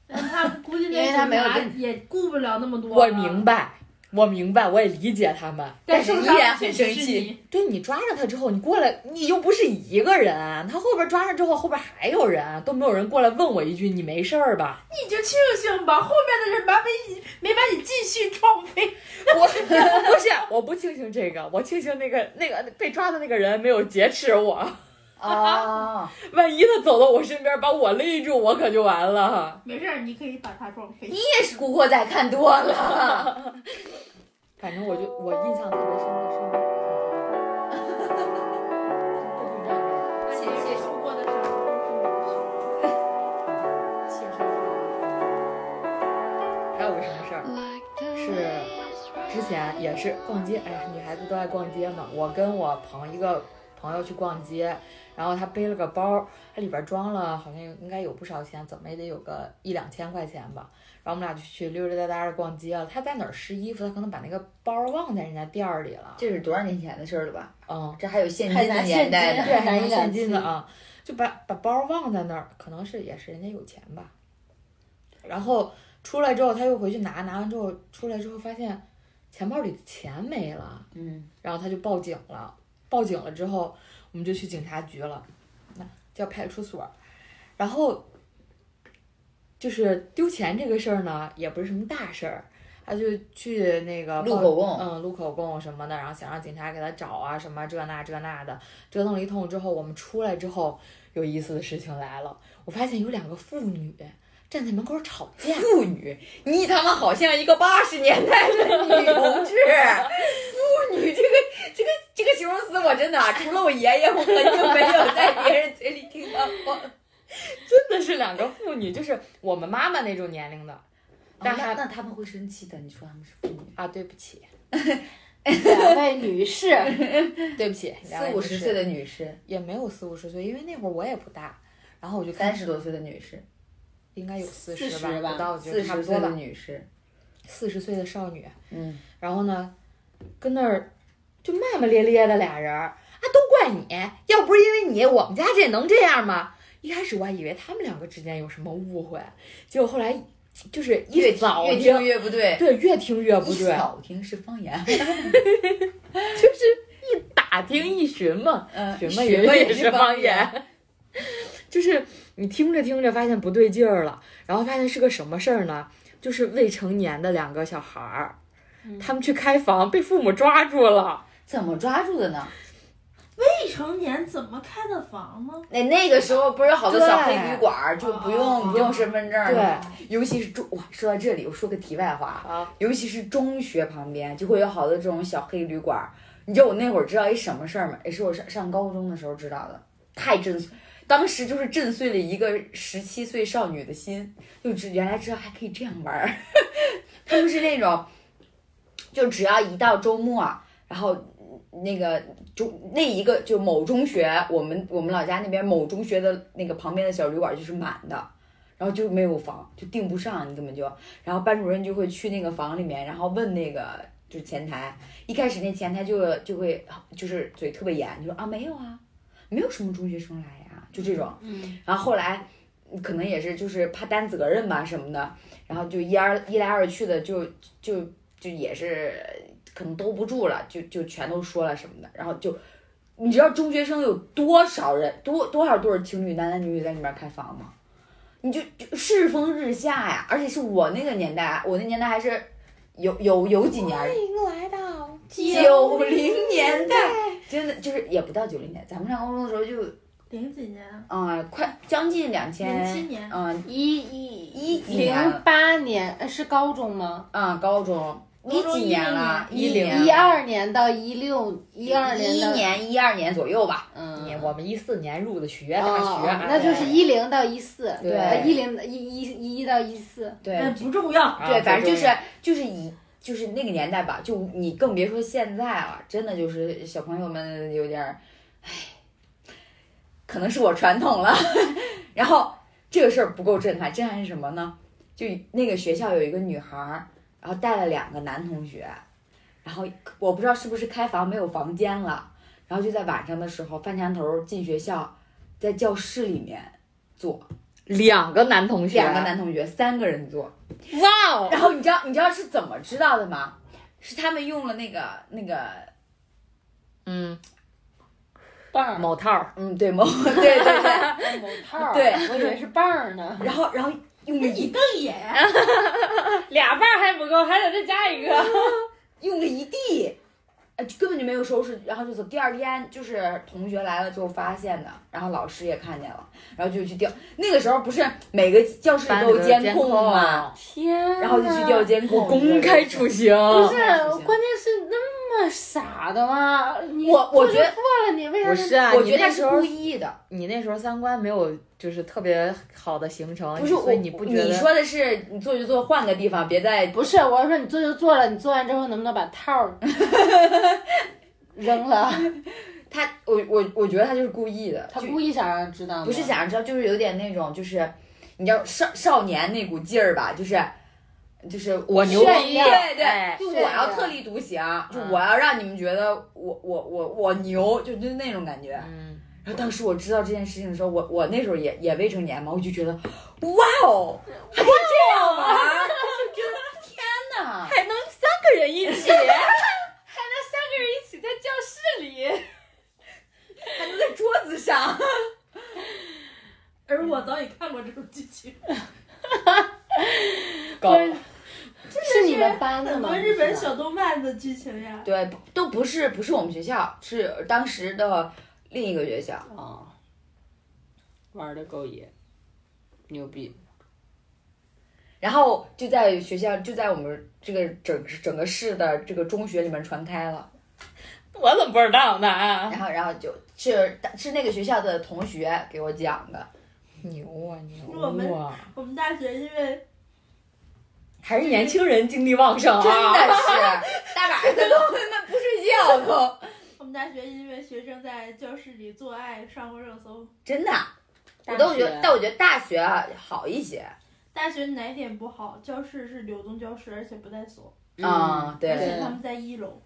Speaker 3: 但他估计
Speaker 2: 因为他没有
Speaker 3: 那警察
Speaker 2: 跟
Speaker 3: 也顾不了那么多了。
Speaker 1: 我明白，我明白，我也理解他们。
Speaker 3: 但
Speaker 2: 但是
Speaker 3: 受
Speaker 2: 你
Speaker 3: 伤
Speaker 2: 也
Speaker 3: 的
Speaker 2: 很
Speaker 3: 确实
Speaker 2: 生
Speaker 3: 是
Speaker 2: 气
Speaker 3: 你，
Speaker 1: 对你抓着他之后，你过来，你又不是一个人，他后边抓着之后，后边还有人，都没有人过来问我一句你没事儿吧？
Speaker 3: 你就庆幸吧，后面的人把没没把你继续撞飞。
Speaker 1: 我不是，我不庆幸这个，我庆幸那个那个被抓的那个人没有劫持我，
Speaker 2: 哦，
Speaker 1: 万一他走到我身边把我勒住，我可就完了。
Speaker 3: 没事儿，你可以把他撞飞
Speaker 2: 你。也是《古惑仔》看多了。
Speaker 1: 反正我就我印象特别深的是那个，都是这样的。
Speaker 3: 但是你受过的伤都是你的伤。
Speaker 1: 还有个什么事儿？是之前也是逛街，哎呀，女孩子都爱逛街嘛。我跟我朋一个朋友去逛街，然后她背了个包，它里边装了好像有应该有不少钱，怎么也得有个一两千块钱吧。然后我们俩就去溜溜达达的逛街了。她在哪儿试衣服？她可能把那个包忘在人家店儿里了。
Speaker 2: 这是多少年前的事儿了吧？
Speaker 1: 嗯，
Speaker 2: 这还有现
Speaker 4: 还
Speaker 2: 金的
Speaker 4: 拿
Speaker 2: 年
Speaker 4: 现
Speaker 2: 代
Speaker 4: 金
Speaker 2: 呢。
Speaker 1: 对，还
Speaker 4: 拿
Speaker 1: 拿
Speaker 4: 一
Speaker 1: 现
Speaker 4: 两
Speaker 1: 金的
Speaker 4: 千
Speaker 1: 啊，就把把包忘在那儿，可能是也是人家有钱吧。然后出来之后，他又回去拿，拿完之后出来之后发现钱包里的钱没了，
Speaker 2: 嗯，
Speaker 1: 然后他就报警了。报警了之后，我们就去警察局了，那叫派出所。然后就是丢钱这个事儿呢，也不是什么大事儿，他就去那个
Speaker 2: 录
Speaker 1: 报
Speaker 2: 口供。
Speaker 1: 嗯，录口供什么的，然后想让警察给他找啊，什么这那这那的，折腾了一通之后，我们出来之后，有意思的事情来了，我发现有两个妇女站在门口吵架，
Speaker 2: 妇女，你他妈好像一个八十年代的女同志。妇女这个这个这个形容词，我真的 啊除了我爷爷，我很久没有在别人嘴里听到过。
Speaker 1: 真的是两个妇女，就是我们妈妈那种年龄的
Speaker 2: 但
Speaker 1: 但
Speaker 2: 那
Speaker 1: 还
Speaker 2: 那他们会生气的，你说他们是妇女？
Speaker 1: 啊，对不起，
Speaker 4: 两位女士，
Speaker 1: 对不起，两
Speaker 2: 四
Speaker 1: 位
Speaker 2: 五
Speaker 1: 女
Speaker 2: 十
Speaker 1: 士
Speaker 2: 岁的女士，
Speaker 1: 也没有四五十岁，因为那会儿我也不大，然后我就看
Speaker 2: 三十多岁的女士，
Speaker 1: 应该有四
Speaker 4: 40
Speaker 1: 吧，
Speaker 4: 吧
Speaker 1: 不到就
Speaker 2: 四
Speaker 1: 差
Speaker 2: 十
Speaker 1: 不
Speaker 2: 岁
Speaker 1: 多
Speaker 2: 的
Speaker 1: 吧，
Speaker 2: 女士，
Speaker 1: 四十岁的少女，
Speaker 2: 嗯，
Speaker 1: 然后呢，跟那儿就骂骂咧咧的俩人儿啊，都怪你，要不是因为你，我们家这能这样吗？一开始我还以为他们两个之间有什么误会，结果后来就是一
Speaker 2: 越
Speaker 1: 扫
Speaker 2: 越听越不对，
Speaker 1: 对，越听越不
Speaker 2: 一
Speaker 1: 对，
Speaker 2: 扫听是方言，
Speaker 1: 就是一打听一询嘛，
Speaker 2: 嗯，
Speaker 1: 询问
Speaker 2: 学
Speaker 1: 人
Speaker 2: 也
Speaker 1: 也是方言， 就是你听着听着发现不对劲儿了，然后发现是个什么事儿呢？就是未成年的两个小孩儿，
Speaker 2: 嗯
Speaker 1: 他们去开房被父母抓住了。
Speaker 2: 怎么抓住的呢？
Speaker 3: 未成年怎么开的房呢？
Speaker 2: 那那个时候不是好多小黑
Speaker 1: 对
Speaker 2: 旅馆儿，就不用
Speaker 3: 哦
Speaker 2: 不用身份证儿，
Speaker 1: 对，
Speaker 2: 尤其是中哇，说到这里，我说个题外话啊，
Speaker 1: 啊，
Speaker 2: 尤其是中学旁边就会有好多这种小黑旅馆儿。你知道我那会儿知道一什么事儿吗？也哎是我上上高中的时候知道的，太震碎，当时就是震碎了一个十七岁少女的心，就知原来知道还可以这样玩儿。 他们是那种，就只要一到周末，然后那个中那一个就某中学，我们我们老家那边某中学的那个旁边的小旅馆就是满的，然后就没有房，就订不上，你根本就，然后班主任就会去那个房里面，然后问那个就是前台，一开始那前台就就会就是嘴特别严，就说啊没有啊，没有什么中学生来呀、就这种，
Speaker 4: 嗯，
Speaker 2: 然后后来可能也是就是怕担责任吧什么的，然后就一而一来二去的就就就也是可能兜不住了，就就全都说了什么的，然后就你知道中学生有多少人多多少对儿情侣男男女女在里面开房吗？你就就世风日下呀，而且是我那个年代，我那年代还是有有有几年儿
Speaker 1: 迎来到
Speaker 2: 哎九零年代，真的就是也不到九零年，咱们上高中的时候就
Speaker 3: 零几年，
Speaker 2: 啊、快将近两千，
Speaker 3: 零七年
Speaker 2: 嗯
Speaker 4: 一一
Speaker 2: 一几年
Speaker 4: 零八年呃是高中吗？
Speaker 2: 啊、高中一几年了
Speaker 3: 一
Speaker 2: 10
Speaker 4: 一二年到一六一二
Speaker 2: 一
Speaker 4: 年
Speaker 2: 一
Speaker 4: 到，
Speaker 2: 年、一二年左右吧。
Speaker 4: 嗯，
Speaker 1: 我们一四年入的学，哎大
Speaker 4: 哦
Speaker 1: 学，
Speaker 4: 那就是一零到一四，
Speaker 1: 对
Speaker 4: 一零一一一到一四，
Speaker 2: 对
Speaker 3: 哎，不重要。
Speaker 1: 啊
Speaker 2: 对，反正就
Speaker 1: 这
Speaker 2: 是就是以就是那个年代吧，就你更别说现在了，真的就是小朋友们有点儿，唉，可能是我传统了。 然后这个事儿不够震撼，震撼是什么呢？就那个学校有一个女孩儿，然后带了两个男同学，然后我不知道是不是开房没有房间了，然后就在晚上的时候，翻墙头儿进学校，在教室里面坐，
Speaker 1: 两个男同学，
Speaker 2: 两个男同学三个人坐。
Speaker 1: 哇哦，
Speaker 2: 然后你知道你知道是怎么知道的吗？是他们用了那个那个，
Speaker 1: 嗯，
Speaker 4: 棒儿，
Speaker 1: 某套儿，
Speaker 2: 嗯，对某对对对，
Speaker 4: 某套儿，
Speaker 2: 对
Speaker 4: 我以为是棒儿呢。
Speaker 2: 然后然后用了一
Speaker 3: 也
Speaker 4: 哎 俩棒儿还不够，还得再加一个。
Speaker 2: 用了一地，呃，根本就没有收拾，然后就走。第二天就是同学来了之后发现的，然后老师也看见了，然后就去调。那个时候不是每个教室里
Speaker 1: 班
Speaker 2: 都
Speaker 1: 里
Speaker 2: 有
Speaker 1: 的
Speaker 2: 监
Speaker 1: 控
Speaker 2: 控吗？
Speaker 1: 啊，
Speaker 4: 天呐，
Speaker 2: 然后就去调监控，
Speaker 1: 公开处刑，
Speaker 4: 不是，
Speaker 2: 那不行
Speaker 4: 关键是那么傻的吗？你
Speaker 2: 我我觉得
Speaker 4: 错了，你为啥
Speaker 1: 不是啊？
Speaker 2: 我
Speaker 1: 你
Speaker 2: 觉得
Speaker 1: 那
Speaker 2: 是
Speaker 1: 时
Speaker 2: 故
Speaker 1: 候
Speaker 2: 意的，
Speaker 1: 你那时候三观没有就是特别好的形成，
Speaker 2: 不是我
Speaker 1: 所以你不觉
Speaker 2: 你
Speaker 1: 得？
Speaker 2: 说的是你做就做，换个地方，别再
Speaker 4: 不是，我要说你做就做了，你做完之后能不能把套儿扔了？
Speaker 2: 他，我我我觉得他就是故意的，
Speaker 4: 他
Speaker 2: 就
Speaker 4: 故意想让人知道吗？
Speaker 2: 不是想知道，就是有点那种，就是你知道少少年那股劲儿吧，就是就是
Speaker 1: 我牛逼
Speaker 2: 炫耀对对，
Speaker 1: 哎
Speaker 2: 就
Speaker 4: 炫
Speaker 2: 我要
Speaker 4: 耀
Speaker 2: 特立独行，就
Speaker 1: 嗯
Speaker 2: 我要让你们觉得我我我我牛，就就那种感觉。
Speaker 1: 嗯，
Speaker 2: 然后当时我知道这件事情的时候，我我那时候也也未成年嘛，我就觉得哇哦，还可以这样玩儿，就觉得天
Speaker 4: 啊
Speaker 2: 哪！
Speaker 1: 还能三个人一起，
Speaker 4: 一起在教室里。
Speaker 2: 还能在桌子上，
Speaker 3: 而我早已看过这种剧情。
Speaker 2: 搞
Speaker 4: 是你们班的
Speaker 3: 很
Speaker 4: 吗？
Speaker 3: 多日本
Speaker 4: 不是吧
Speaker 3: 小动漫的剧情呀，
Speaker 2: 对，都不是不是我们学校，是当时的另一个学校。
Speaker 4: 哦，玩的够野，牛逼！
Speaker 2: 然后就在学校，就在我们这个整整个市的这个中学里面传开了。
Speaker 1: 我怎么不知道
Speaker 4: 啊
Speaker 1: 呢？
Speaker 2: 然后，然后就是是那个学校的同学给我讲的，
Speaker 1: 牛啊
Speaker 3: 我们
Speaker 1: 牛啊！
Speaker 3: 我们大学因为
Speaker 1: 还是年轻人精力旺盛啊！
Speaker 2: 真的是大晚上的都那不睡觉 都
Speaker 3: 我们大学因为学生在教室里做爱上过热搜。
Speaker 2: 真的。我
Speaker 4: 啊大
Speaker 2: 都觉
Speaker 4: 学
Speaker 2: 得，但我觉得大学好一些
Speaker 3: 大学哪点不好？教室是流动教室，而且不带锁，
Speaker 2: 啊、
Speaker 4: 嗯
Speaker 3: 而
Speaker 2: 对
Speaker 3: 且他们在一楼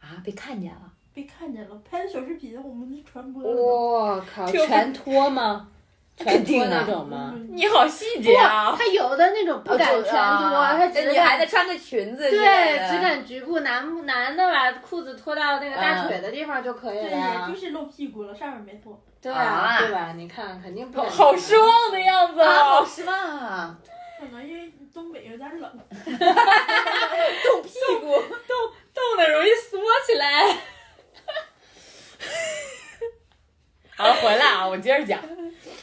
Speaker 2: 啊，被看见了，
Speaker 3: 被看见了，拍的小视频我们就传播了。
Speaker 4: 我靠，
Speaker 1: 这个
Speaker 4: 全脱吗？全
Speaker 2: 肯
Speaker 4: 脱
Speaker 2: 定啊
Speaker 4: 那种吗？
Speaker 3: 嗯，
Speaker 1: 你好细
Speaker 4: 不，
Speaker 1: 节啊！
Speaker 4: 他有的那种不敢全脱，
Speaker 2: 啊
Speaker 4: 他只
Speaker 2: 这
Speaker 4: 敢
Speaker 2: 女孩子穿个裙子之
Speaker 4: 对，
Speaker 2: 类的，
Speaker 4: 只敢局部，男男的把裤子脱到那个大腿的地方就可以
Speaker 3: 对，
Speaker 4: 了呀
Speaker 1: 啊
Speaker 3: 也就是露屁股了，上面没脱。
Speaker 4: 对
Speaker 2: 啊
Speaker 4: 对吧？你看，肯定不敢
Speaker 1: 好失望的样子
Speaker 2: 啊，好
Speaker 1: 啊！
Speaker 2: 失望啊，
Speaker 3: 可能因为东北有点冷，
Speaker 2: 动屁股，
Speaker 1: 冻的容易缩起来。好，回来啊，我接着讲。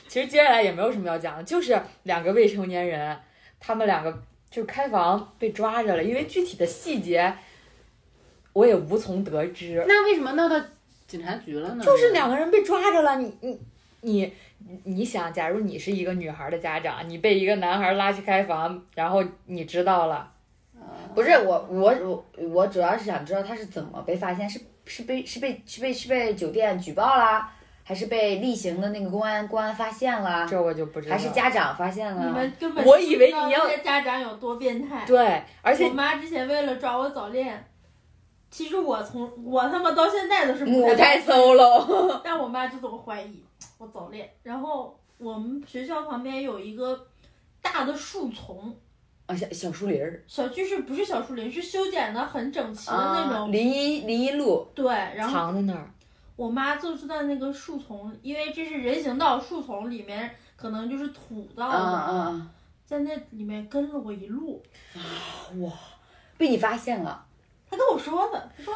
Speaker 1: 其实接下来也没有什么要讲的，就是两个未成年人，他们两个就开房被抓着了，因为具体的细节我也无从得知。
Speaker 4: 那为什么闹到警察局了呢？
Speaker 1: 嗯就是两个人被抓着了，你你你你你想，假如你是一个女孩的家长，你被一个男孩拉去开房，然后你知道了，
Speaker 2: 不是我，我我我主要是想知道他是怎么被发现，是是被是被是被是被酒店举报啦，还是被例行的那个公安公安发现啦，
Speaker 1: 这我就不知道。
Speaker 2: 啊还是家长发现
Speaker 3: 你
Speaker 2: 了？
Speaker 3: 们根本
Speaker 1: 嗯我以为你
Speaker 3: 不知道
Speaker 1: 要
Speaker 3: 这些家长有多变态。
Speaker 1: 对，而且
Speaker 3: 我妈之前为了抓我早恋，其实我从我他妈到现在都是
Speaker 2: 母
Speaker 3: 胎
Speaker 2: 胎 solo，
Speaker 3: 但我妈就总怀疑我早恋。然后我们学校旁边有一个大的树丛，
Speaker 2: 啊，小小树林儿
Speaker 3: 小区是不是小树林？是修剪的很整齐的那
Speaker 2: 啊，
Speaker 3: 种。
Speaker 2: 林荫林荫路，
Speaker 3: 对，然后
Speaker 1: 藏在那儿，
Speaker 3: 我妈就是在那个树丛，因为这是人行道，树丛里面可能就是土道
Speaker 2: 啊
Speaker 3: 嘛，
Speaker 2: 啊，
Speaker 3: 在那里面跟了我一路。
Speaker 2: 被你发现了，
Speaker 3: 她跟我说的，她说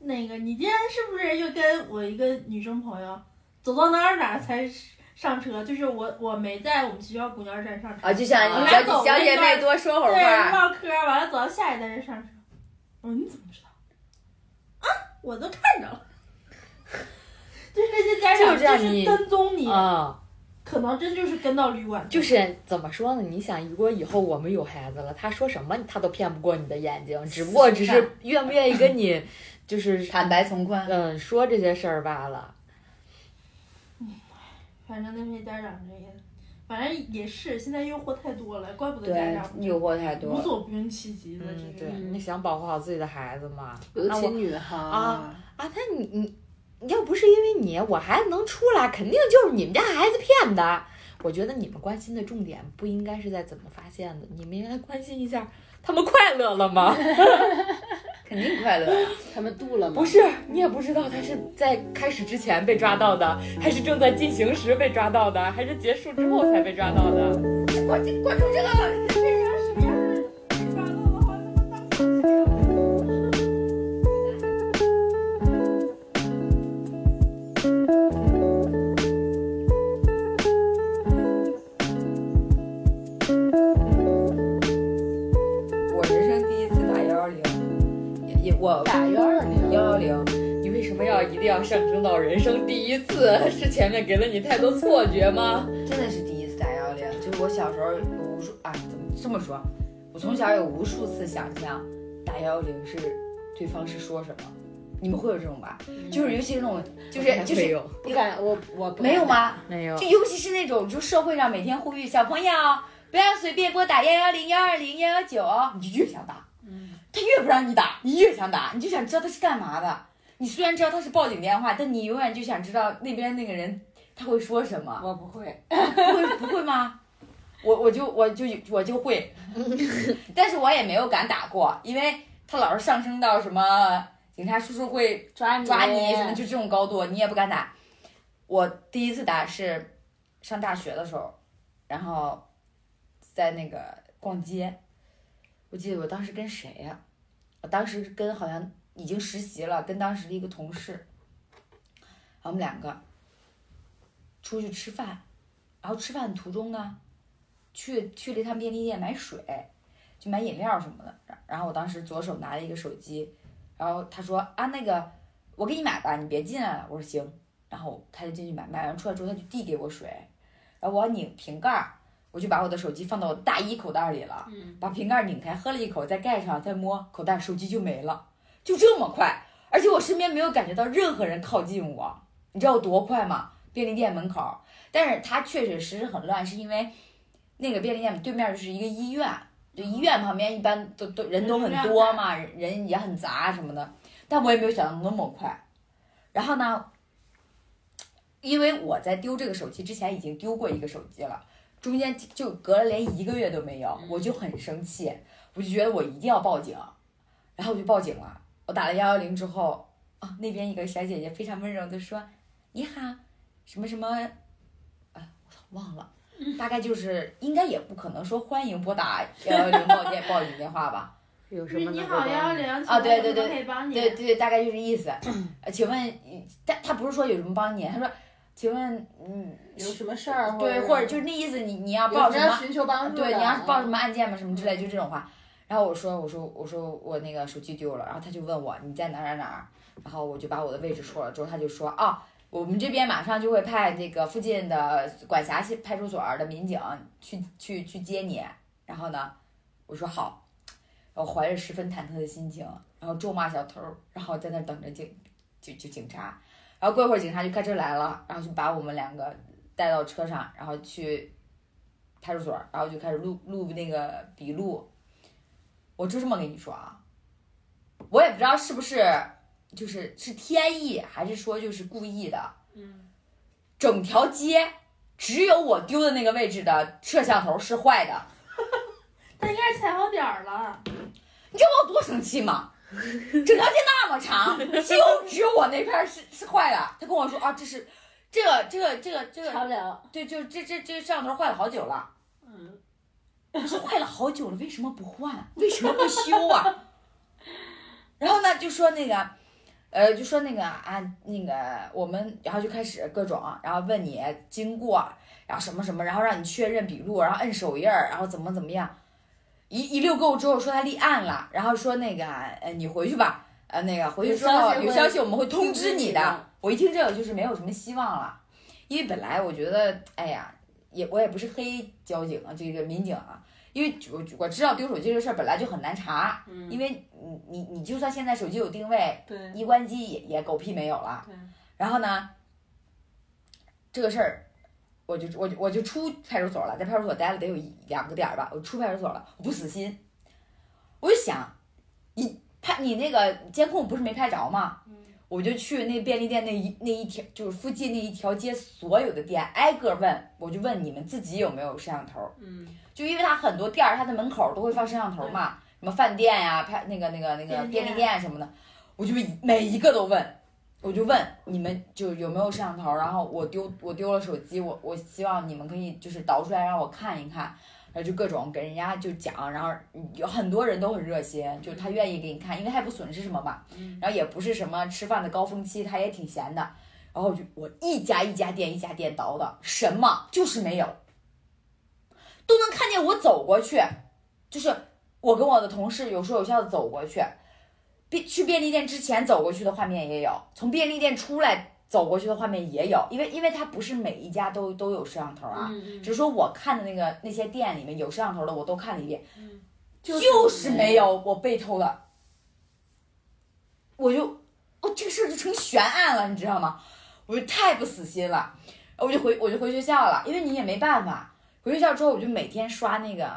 Speaker 3: 那个你今天是不是又跟我一个女生朋友走到哪儿哪儿才上车？就是我我没在我们学校公交站上车。
Speaker 2: 啊，就像
Speaker 4: 啊
Speaker 2: 小姐小姐妹多说会儿
Speaker 3: 对，
Speaker 2: 话，
Speaker 3: 唠嗑，完了走到下一代人上车。我说你怎么知道？啊，我都看着了。就是那些家
Speaker 1: 就是这样
Speaker 3: 长就
Speaker 1: 你
Speaker 3: 是跟踪你，
Speaker 1: 啊，
Speaker 3: 可能真就是跟到旅馆去，
Speaker 1: 就是怎么说呢？你想，如果以后我们有孩子了，他说什么他都骗不过你的眼睛，只不过只是愿不愿意跟你， 就是
Speaker 2: 坦白从宽。
Speaker 1: 嗯说这些事儿罢了。
Speaker 3: 反正那些家长这些，反正也是现在诱惑太多了，怪不得家
Speaker 2: 对
Speaker 3: 长，
Speaker 2: 诱惑太多
Speaker 3: 无
Speaker 2: 了。
Speaker 3: 所不用其极的，
Speaker 1: 嗯，
Speaker 3: 这
Speaker 1: 对，
Speaker 3: 是。
Speaker 1: 你想保护好自己的孩子嘛？
Speaker 4: 尤
Speaker 1: 那
Speaker 4: 其
Speaker 1: 我
Speaker 4: 女孩
Speaker 1: 啊，啊，那你你你要不是因为你，我孩子能出来，肯定就是你们家孩子骗的。我觉得你们关心的重点不应该是在怎么发现的，你们应该关心一下他们快乐了吗？
Speaker 2: 肯定快乐 呀。
Speaker 4: 他们度了吗？
Speaker 1: 不是，你也不知道他是在开始之前被抓到的，还是正在进行时被抓到的，还是结束之后才被抓到的。
Speaker 2: 我人生第一次打幺幺零，也也我
Speaker 4: 打幺二零
Speaker 2: 幺幺零，
Speaker 1: 你为什么要一定要上升到人生第一次？ 是前面给了你太多错觉吗？
Speaker 2: 真的是第一次打幺幺零。就是我小时候有无数啊，怎么这么说？我从小有无数次想象打幺幺零是对方是说什么。你们会有这种吧？就是尤其是那种，就是就
Speaker 1: 没
Speaker 2: 是
Speaker 1: 有，
Speaker 4: 不敢，我我不敢
Speaker 2: 没有？吗？
Speaker 1: 没有
Speaker 2: 就尤其是那种，就社会上每天呼吁小朋友不要随便拨打幺幺零、幺二零、幺幺九，你就越想打，他越不让你打，你越想打，你就想知道他是干嘛的。你虽然知道他是报警电话，但你永远就想知道那边那个人他会说什 么，
Speaker 4: 我不会。
Speaker 2: 不会不会吗？我我就我就我就会，但是我也没有敢打过，因为他老是上升到什么警察叔叔会
Speaker 4: 抓你
Speaker 2: 抓你什么，就这种高度，你也不敢打。我第一次打是上大学的时候，然后在那个逛街，我记得我当时跟谁呀、我当时跟好像已经实习了，跟当时的一个同事，然后我们两个出去吃饭，然后吃饭途中呢，去去了一趟便利店买水，就买饮料什么的。然然后我当时左手拿了一个手机，然后他说啊那个我给你买吧，你别进来了。我说行，然后他就进去买，买完出来之后他就递给我水，然后我要拧瓶盖儿，我就把我的手机放到我的大衣口袋里了，
Speaker 4: 嗯
Speaker 2: 把瓶盖儿拧开，喝了一口，再盖上，再摸口袋，手机就没了，就这么快，而且我身边没有感觉到任何人靠近我，你知道有多快吗？便利店门口儿，但是它确确实实很乱，是因为那个便利店对面就是一个医院，就医院旁边一般都都人都很多嘛，人人也很杂什么的，但我也没有想到那么快。然后呢，因为我在丢这个手机之前已经丢过一个手机了，中间就隔了连一个月都没有，我就很生气，我就觉得我一定要报警，然后我就报警了。我打了幺幺零之后，啊，那边一个小姐姐非常温柔的说：“你好，什么什么，啊，我操，忘了。” 大概就是应该也不可能说欢迎拨打幺幺零报电报警电话吧，
Speaker 1: 有
Speaker 3: 就
Speaker 1: 什
Speaker 3: 是
Speaker 1: 么
Speaker 3: 你
Speaker 1: 能
Speaker 3: 好
Speaker 1: 够
Speaker 3: 幺幺
Speaker 1: 帮你？
Speaker 3: 零，
Speaker 2: 啊对对对
Speaker 3: 请问我们可以帮你。
Speaker 2: 对对，大概就这意思。呃请问，他他不是说有什么帮你，他说，请问，嗯，
Speaker 4: 有什么事儿？
Speaker 2: 对，或者就是那意思你，你要报
Speaker 4: 有
Speaker 2: 什
Speaker 4: 人要
Speaker 2: 么？
Speaker 4: 寻求帮助的，
Speaker 2: 对，你要是报什
Speaker 4: 嗯
Speaker 2: 么案件嘛，什么之类，就这种话。然后我说，我说，我说我那个手机丢了，然后他就问我你在哪儿哪儿哪儿，然后我就把我的位置说了，之后他就说啊、我们这边马上就会派这个附近的管辖系派出所的民警去去去接你。然后呢，我说好，我怀着十分忐忑的心情，然后咒骂小偷，然后在那儿等着警，就就警察。然后过一会儿警察就开车来了，然后就把我们两个带到车上，然后去派出所，然后就开始录录那个笔录。我就这么跟你说啊，我也不知道是不是就是是天意，还是说就是故意的。
Speaker 3: 嗯，
Speaker 2: 整条街只有我丢的那个位置的摄像头是坏的，
Speaker 3: 那应该是踩好点儿了。
Speaker 2: 你知道我有多生气吗？整条街那么长，就只有我那片儿是是坏的。他跟我说啊，这是这个这个这个这
Speaker 4: 查
Speaker 2: 个，
Speaker 4: 不了。
Speaker 2: 对，就这这这摄像头坏了好久了。
Speaker 4: 嗯，
Speaker 2: 我说坏了好久了，为什么不换？为什么不修啊？ 然后呢，就说那个，呃，就说那个啊，那个我们，然后就开始各种，然后问你经过，然后什么什么，然后让你确认笔录，然后摁手印儿，然后怎么怎么样。一一溜够之后说他立案了，然后说那个呃你回去吧，呃那个回去之
Speaker 4: 有消
Speaker 2: 后
Speaker 4: 息会
Speaker 2: 有消息我们会通知你
Speaker 4: 通知你的
Speaker 2: 的。我一听这个就是没有什么希望了，因为本来我觉得哎呀也我也不是黑交警啊，这个民警啊。因为我我知道丢手机这事儿本来就很难查，
Speaker 4: 嗯
Speaker 2: 因为你你你就算现在手机有定位，
Speaker 4: 对嗯
Speaker 2: 一关机也也狗屁没有了
Speaker 4: 对。
Speaker 2: 然后呢，这个事儿，我就我就我就出派出所了，在派出所待了得有一两个点儿吧。我出派出所了，我不死心，我就想，你拍你那个监控不是没拍着吗？我就去那便利店那一那一条，就是附近那一条街所有的店挨个问，我就问你们自己有没有摄像头。
Speaker 4: 嗯，
Speaker 2: 就因为它很多店儿，它的门口都会放摄像头嘛，什么饭店呀、拍那个那个那个
Speaker 3: 便利店
Speaker 2: 便利店什么的，我就每一个都问，我就问你们就有没有摄像头，然后我丢我丢了手机，我我希望你们可以就是导出来让我看一看。然后就各种给人家就讲，然后有很多人都很热心，就他愿意给你看，因为他也不损失什么嘛，然后也不是什么吃饭的高峰期，他也挺闲的，然后就我一家一家店一家店倒的，什么就是没有，都能看见我走过去，就是我跟我的同事有说有笑的走过去，便去便利店之前走过去的画面也有，从便利店出来走过去的画面也有，因为因为它不是每一家都都有摄像头
Speaker 4: 嗯
Speaker 2: 啊，只是说我看的那个那些店里面有摄像头的我都看了一遍，就是没有我被偷的，我就哦这个事儿就成悬案了，你知道吗？我就太不死心了，我就回我就回学校了，因为你也没办法。回学校之后，我就每天刷那个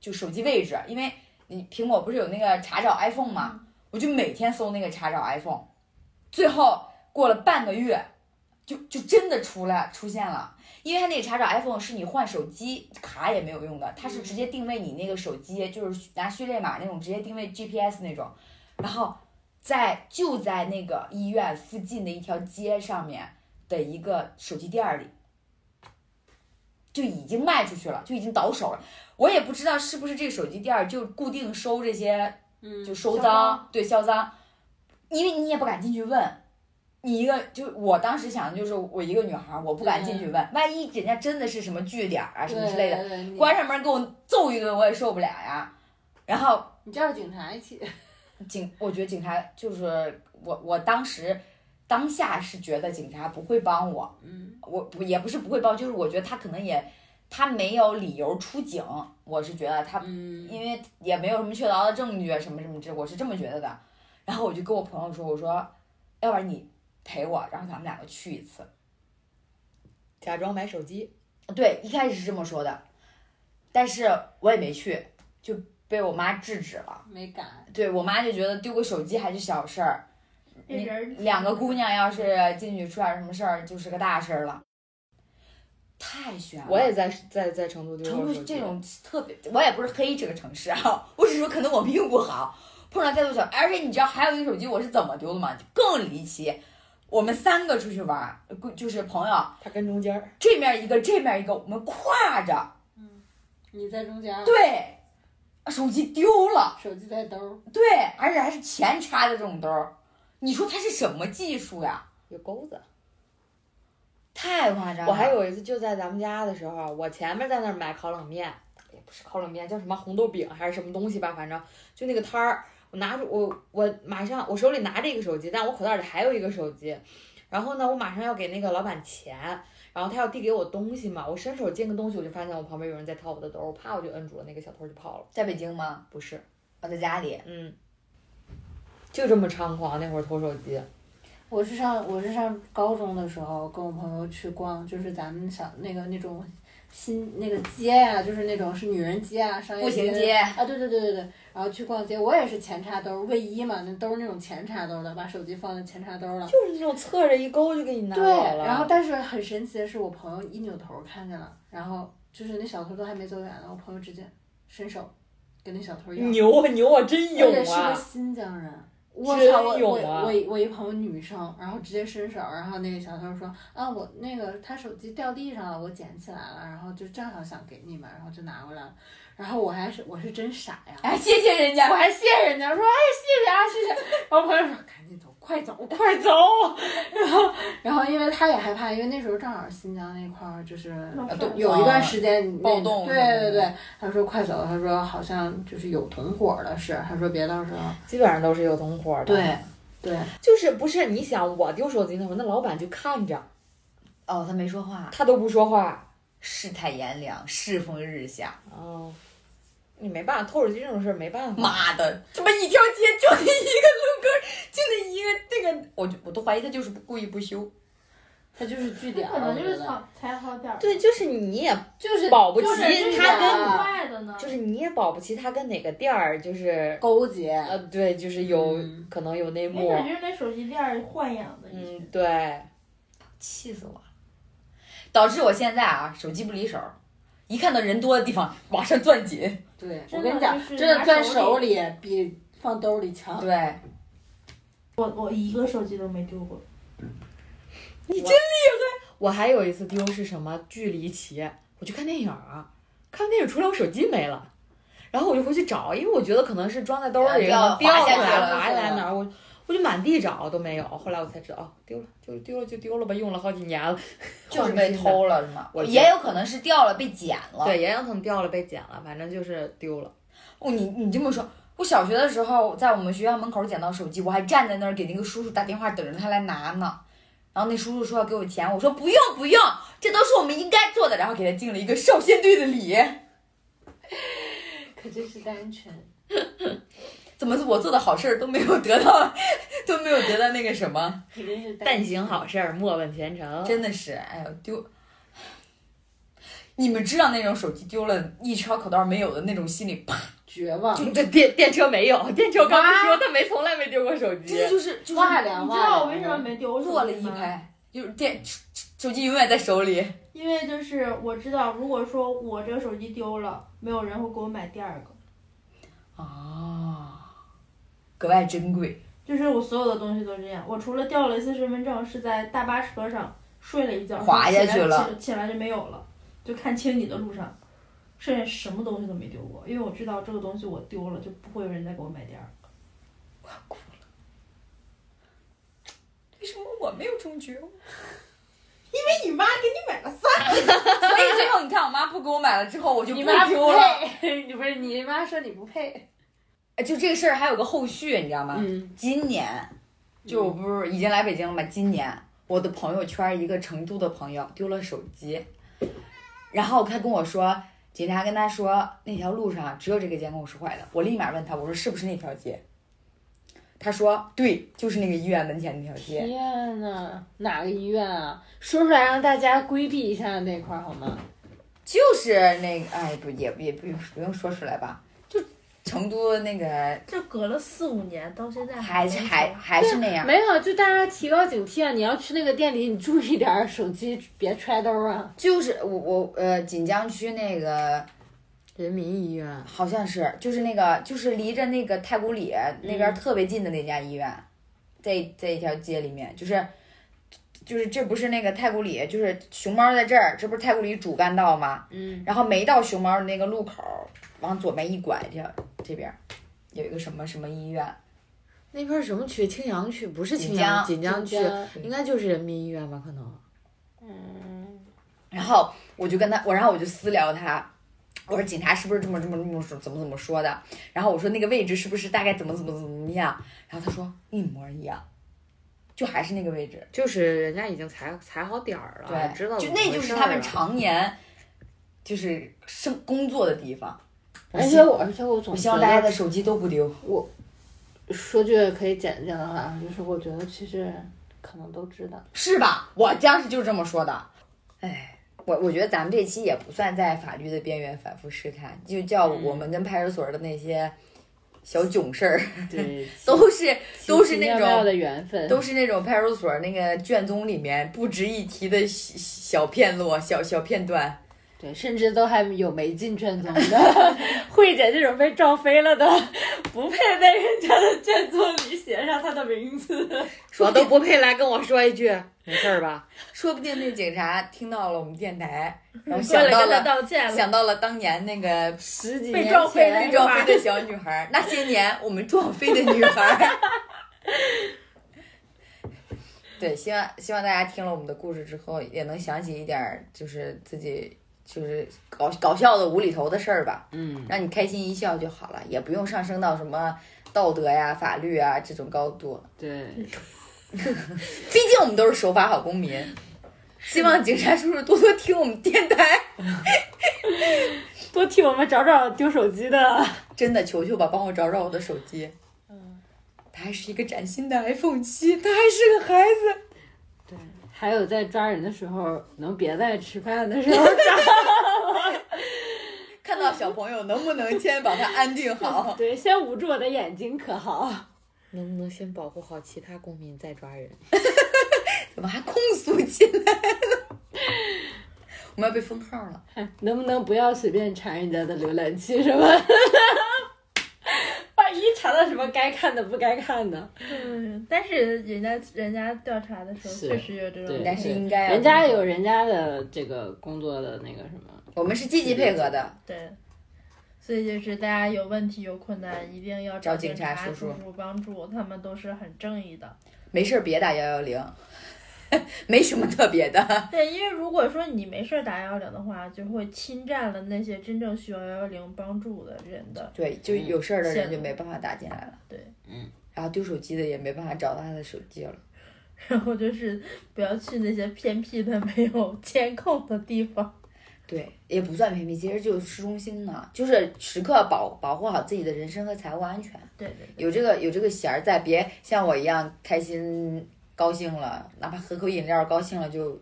Speaker 2: 就手机位置，因为你苹果不是有那个查找 iPhone 嘛，我就每天搜那个查找 iPhone，最后过了半个月，就就真的出来出现了。因为它那个查找 iPhone 是你换手机卡也没有用的，它是直接定位你那个手机，就是拿序列码那种直接定位 GPS 那种。然后在就在那个医院附近的一条街上面的一个手机店儿里，就已经卖出去了，就已经倒手了。我也不知道是不是这个手机店儿就固定收这些，
Speaker 4: 嗯
Speaker 2: 就收
Speaker 3: 销
Speaker 2: 赃
Speaker 3: 赃，
Speaker 2: 对销赃，因为你也不敢进去问。你一个就我当时想的就是我一个女孩儿，我不敢进去
Speaker 3: 嗯
Speaker 2: 问，万一人家真的是什么据点儿啊什么之类的，
Speaker 4: 的
Speaker 2: 关上门给我揍一顿我也受不了呀。然后
Speaker 4: 你叫警察一起，
Speaker 2: 警，我觉得警察就是我，我当时当下是觉得警察不会帮我，
Speaker 4: 嗯
Speaker 2: 我不也不是不会帮，就是我觉得他可能也他没有理由出警，我是觉得他
Speaker 4: 嗯
Speaker 2: 因为也没有什么确凿的证据啊什么什么之，我是这么觉得的。然后我就跟我朋友说，我说，要不然你陪我，然后咱们两个去一次。
Speaker 1: 假装买手机，
Speaker 2: 对，一开始是这么说的，但是我也没去，就被我妈制止了。
Speaker 4: 没敢，
Speaker 2: 对我妈就觉得丢个手机还是小事儿，
Speaker 3: 这人儿
Speaker 2: 两个姑娘要是进去出点什么事儿，就是个大事儿了。太悬了！
Speaker 1: 我也在在在成都丢
Speaker 2: 成
Speaker 1: 过
Speaker 2: 都
Speaker 1: 手机。
Speaker 2: 这种特别，我也不是黑这个城市啊， 我只是说可能我命不好，碰上再多小，而且你知道还有一个手机我是怎么丢的吗？更离奇，我们三个出去玩儿，就是朋友
Speaker 1: 他跟中间儿，
Speaker 2: 这面一个这面一个，我们挎着，
Speaker 4: 你在中间，
Speaker 2: 嗯对，手机丢了。
Speaker 4: 手机在兜，
Speaker 2: 对，而且还是前插的这种兜儿，你说它是什么技术呀？
Speaker 1: 有钩子。
Speaker 2: 太夸张了！
Speaker 1: 我还有一次就在咱们家的时候，啊我前面在那儿买烤冷面，也不是烤冷面，叫什么红豆饼还是什么东西吧，反正就那个摊儿，我拿着我我马上我手里拿着一个手机，但我口袋里还有一个手机，然后呢，我马上要给那个老板钱，然后他要递给我东西嘛，我伸手进个东西，我就发现我旁边有人在掏我的兜儿，我啪我就摁住了，那个小偷就跑了。
Speaker 2: 在北京吗？
Speaker 1: 不是，
Speaker 2: 我在家里。
Speaker 1: 嗯，就这么猖狂，那会儿偷手机，
Speaker 4: 我是上我是上高中的时候，跟我朋友去逛，就是咱们小那个那种新那个街呀、就是那种是女人街啊，商业
Speaker 2: 步行街
Speaker 4: 啊，对对对对对。然后去逛街，我也是前插兜，卫衣嘛，那兜儿那种前插兜的，把手机放在前插兜了。
Speaker 1: 就是那种侧着一勾就给你拿走了。
Speaker 4: 对，然后但是很神奇的是，我朋友一扭头看见了，然后就是那小偷都还没走远呢，我朋友直接伸手跟那小偷要。
Speaker 1: 牛啊牛啊，真
Speaker 4: 而
Speaker 1: 勇
Speaker 4: 且是
Speaker 1: 啊！
Speaker 4: 个新疆人。我
Speaker 1: 真
Speaker 4: 操！我我
Speaker 1: 勇啊
Speaker 4: 我一我一朋友女生，然后直接伸手，然后那个小偷说啊，我那个他手机掉地上了，我捡起来了，然后就正好想给你们，然后就拿过来了，然后我还是我是真傻呀，
Speaker 2: 哎，谢谢人家
Speaker 4: 我，还谢人家说哎谢谢啊谢谢，然后朋友说赶紧走，快快走， 快走！然后，然后因为他也害怕，因为那时候正好新疆那块儿就是呃
Speaker 2: 啊对
Speaker 4: 有一段时间那
Speaker 2: 暴动
Speaker 4: 对对对，他说快走，他说好像就是有同伙的事，他说别到时候
Speaker 1: 基本上都是有同伙的。
Speaker 4: 对，对，
Speaker 1: 就是不是你想我丢手机那会儿，那老板就看着，
Speaker 2: 哦，他没说话，
Speaker 1: 他都不说话。
Speaker 2: 世态炎凉，世风日下，
Speaker 1: 哦，你没办法，偷手机这种事儿没办法。
Speaker 2: 妈的，他妈一条街就那一个路口，就那一个那个，我就我都怀疑他就是不故意不修。
Speaker 4: 他就是据点，
Speaker 3: 可能就
Speaker 4: 我
Speaker 3: 是
Speaker 4: 觉得
Speaker 3: 踩踩好点儿，
Speaker 1: 对，就是你也
Speaker 4: 就是
Speaker 1: 保不齐
Speaker 3: 就是
Speaker 4: 其实
Speaker 3: 他
Speaker 1: 他
Speaker 4: 这
Speaker 1: 跟
Speaker 4: 个
Speaker 3: 跟坏的呢，
Speaker 1: 就是你也保不齐他跟哪个店儿就是
Speaker 4: 勾结，
Speaker 1: 呃对，就是有、
Speaker 4: 嗯
Speaker 1: 可能有内
Speaker 3: 没
Speaker 1: 幕
Speaker 3: 准。就是那手机链儿豢养的，
Speaker 1: 嗯，对，
Speaker 2: 气死我了！导致我现在啊，手机不离手，一看到人多的地方马上攥紧。
Speaker 4: 对
Speaker 3: 真的
Speaker 4: 我跟你讲，
Speaker 3: 就是
Speaker 4: 真的
Speaker 3: 拿
Speaker 4: 攥
Speaker 3: 手
Speaker 4: 手里比放兜里强。
Speaker 2: 对，
Speaker 3: 我我一个手机都没丢过，
Speaker 1: 我还有一次丢是什么？巨离奇！我去看电影啊，看完电影出来我手机没了，然后我就回去找，因为我觉得可能是装在兜里，然
Speaker 2: 嗯掉
Speaker 1: 后掉
Speaker 2: 滑下
Speaker 1: 哪
Speaker 2: 去
Speaker 1: 儿
Speaker 2: 了
Speaker 1: 滑
Speaker 2: 是
Speaker 1: 下来
Speaker 2: 吧
Speaker 1: 哪儿，我我就满地找都没有。后来我才知道，哦，丢了，就丢了就丢了吧，用了好几年 了，
Speaker 2: 就是
Speaker 1: 换
Speaker 2: 被
Speaker 1: 新的。
Speaker 2: 偷了是吗？
Speaker 1: 我
Speaker 2: 也有可能是掉了被捡了。，
Speaker 1: 对，也有可能掉了被捡了，反正就是丢了。
Speaker 2: 哦，你你这么说，我小学的时候在我们学校门口捡到手机，我还站在那儿给那个叔叔打电话，等着他来拿呢。然后那叔叔说要给我钱，我说不用不用，这都是我们应该做的。然后给他敬了一个少先队的礼。
Speaker 4: 可真是单纯。
Speaker 2: 怎么我做的好事儿都没有得到， 都没有得到那个什么？
Speaker 4: 肯定是
Speaker 1: 但行好事儿，莫问前程。
Speaker 2: 真的是，哎呦丢！你们知道那种手机丢了一抄口袋没有的那种心理，啪！
Speaker 4: 绝望，
Speaker 1: 就这电电车没有，电车刚不说他没从来没丢过手机
Speaker 2: 这。啊就是就是
Speaker 4: 哇凉
Speaker 3: 你
Speaker 4: 哇
Speaker 3: 知道我为什么没丢手
Speaker 2: 落嗯了
Speaker 3: 机
Speaker 2: 一
Speaker 3: 吗？
Speaker 2: 拍，就是电手手机永远在手里。
Speaker 3: 因为就是我知道，如果说我这个手机丢了，没有人会给我买第二个，
Speaker 2: 啊，格外珍贵。
Speaker 3: 就是我所有的东西都这样。我除了掉了一次身份证，是在大巴车上睡了一觉，
Speaker 2: 滑下去了
Speaker 3: 起来，起来就没有了，就看清你的路上，剩下什么东西都没丢过，因为我知道这个东西我丢了，就不会有人再给我买第二个。
Speaker 2: 为什么我没有这种觉悟？
Speaker 3: 哎你妈给你买了三，
Speaker 2: 所以最后你看，我妈不给我买了之后，我就
Speaker 4: 你
Speaker 2: 不
Speaker 4: 妈
Speaker 2: 丢了。
Speaker 4: 配，你不是你妈说你不配。
Speaker 2: 哎就这个事儿还有个后续，你知道吗？
Speaker 4: 嗯，
Speaker 2: 今年，就我不是已经来北京了吗？今年我的朋友圈一个成都的朋友丢了手机，然后他跟我说，警察跟他说那条路上只有这个监控是坏的。我立马问他，我说是不是那条街？他说对，就是那个医院门前那条街。
Speaker 4: 天呐，哪个医院啊？说出来让大家规避一下那块儿好吗？
Speaker 2: 就是那个，哎，不也也不用不用说出来吧，就成都那个
Speaker 3: 这隔了四五年到现在
Speaker 2: 还是还还是那样。
Speaker 4: 没有，就大家提高警惕啊！你要去那个店里，你注意点儿，手机别揣兜儿啊。
Speaker 2: 就是我我呃锦江区那个
Speaker 1: 人民医院，
Speaker 2: 好像是就是那个就是离着那个太古里那边特别近的那家医院，在在一条街里面，就是就是这不是那个太古里，就是熊猫在这儿，这不是太古里主干道吗？
Speaker 4: 嗯，
Speaker 2: 然后没到熊猫的那个路口，往左边一拐这这边有一个什么什么医院，
Speaker 1: 那边儿什么区？青羊区不是
Speaker 2: 锦
Speaker 1: 青羊，
Speaker 2: 江
Speaker 1: 锦江区，
Speaker 2: 对
Speaker 1: 应该就是人民医院吧？可能。
Speaker 4: 嗯，
Speaker 2: 然后我就跟他，我然后我就私聊他，我说警察是不是这么这么这么说怎么怎么说的？然后我说那个位置是不是大概怎么怎么怎么样？然后他说一模一样，就还是那个位置。
Speaker 1: 就是人家已经踩踩好点儿了，
Speaker 2: 对，
Speaker 1: 啊知道
Speaker 2: 就
Speaker 1: 怎么
Speaker 2: 那
Speaker 1: 回
Speaker 2: 就是
Speaker 1: 事
Speaker 2: 他
Speaker 1: 儿啊
Speaker 2: 们
Speaker 1: 了
Speaker 2: 常年就是生工作的地方。
Speaker 1: 哎
Speaker 4: 而且我而且我总
Speaker 2: 我希
Speaker 4: 觉
Speaker 2: 望大家
Speaker 4: 得，
Speaker 2: 的手机都不丢。
Speaker 4: 说句可以简洁的话，就是我觉得其实可能都知道。
Speaker 2: 是吧？我当时就是这么说的。哎，我我觉得咱们这期也不算在法律的边缘反复试探，就叫
Speaker 1: 嗯
Speaker 2: 我们跟派出所的那些小囧事儿，
Speaker 4: 对，
Speaker 2: 都是都是
Speaker 4: 奇奇
Speaker 2: 那
Speaker 4: 妙妙
Speaker 2: 种
Speaker 4: 的缘分，
Speaker 2: 都是那种派出所那个卷宗里面不值一提的小小片落、小小片段。
Speaker 4: 对，甚至都还有没进 卷宗的， 慧姐这种被撞飞了的，不配在人家的卷宗里写上她的名字。
Speaker 1: 我都不配来跟我说一句，没事儿吧？
Speaker 2: 说不定那警察听到了我们电 台，然后
Speaker 3: 过来
Speaker 2: 想到
Speaker 3: 跟他
Speaker 2: 了
Speaker 3: 道歉了，
Speaker 2: 想到了当年那个
Speaker 4: 十几
Speaker 3: 被撞飞了
Speaker 2: 被撞飞的小女孩儿，那些年我们撞飞的女孩儿。 对，希望希望大家听了我们的故事之后，也能想起一点儿，就是自己就是搞搞笑的无厘头的事儿吧，
Speaker 4: 嗯，
Speaker 2: 让你开心一笑就好了，也不用上升到什么道德呀、法律啊这种高度。
Speaker 4: 对，
Speaker 2: 毕竟我们都是守法好公民，希望警察叔叔多多听我们电台。
Speaker 4: 多替我们找找丢手机的。嗯
Speaker 2: 真的，求求吧，帮我找找我的手机。它还是一个崭新的 iPhone 七，它还是个孩子。
Speaker 4: 还有在抓人的时候，能别在吃饭的时候 抓。
Speaker 2: 看到小朋友，能不能先把它安定好？
Speaker 4: 对，先捂住我的眼睛可好？
Speaker 1: 能不能先保护好其他公民再抓人？
Speaker 2: 怎么还控诉进来了？我们要被封号了。
Speaker 4: 能不能不要随便查人家的浏览器什么？ 万一查到什么该看的不该看的，
Speaker 3: 嗯，但是人家人家调查的时候
Speaker 4: 是
Speaker 3: 确实有这种
Speaker 4: 对，
Speaker 2: 但是应该啊
Speaker 4: 人家有人家的这个工作的那个什么，
Speaker 2: 我们是积极配合的，
Speaker 3: 对，所以就是大家有问题有困难，一定要
Speaker 2: 找
Speaker 3: 警
Speaker 2: 警察
Speaker 3: 叔
Speaker 2: 叔叔
Speaker 3: 帮助，他们都是很正义的。
Speaker 2: 没事儿别打幺幺零， 没什么特别的。
Speaker 3: 对，因为如果说你没事儿打幺幺零的话，就会侵占了那些真正需要幺幺零帮助的人的。
Speaker 2: 对，就有事儿的人
Speaker 3: 嗯
Speaker 2: 就没办法打进来了。
Speaker 3: 对，
Speaker 4: 嗯，
Speaker 2: 然后丢手机的也没办法找到他的手机了。
Speaker 3: 然后就是不要去那些偏僻的没有监控的地方。
Speaker 2: 对，也不算偏僻，其实就是市中心呢，就是时刻保保护好自己的人身和财务安全。
Speaker 3: 对对
Speaker 2: 有这个有这个弦儿在，别像我一样开心高兴了，哪怕喝口饮料高兴了就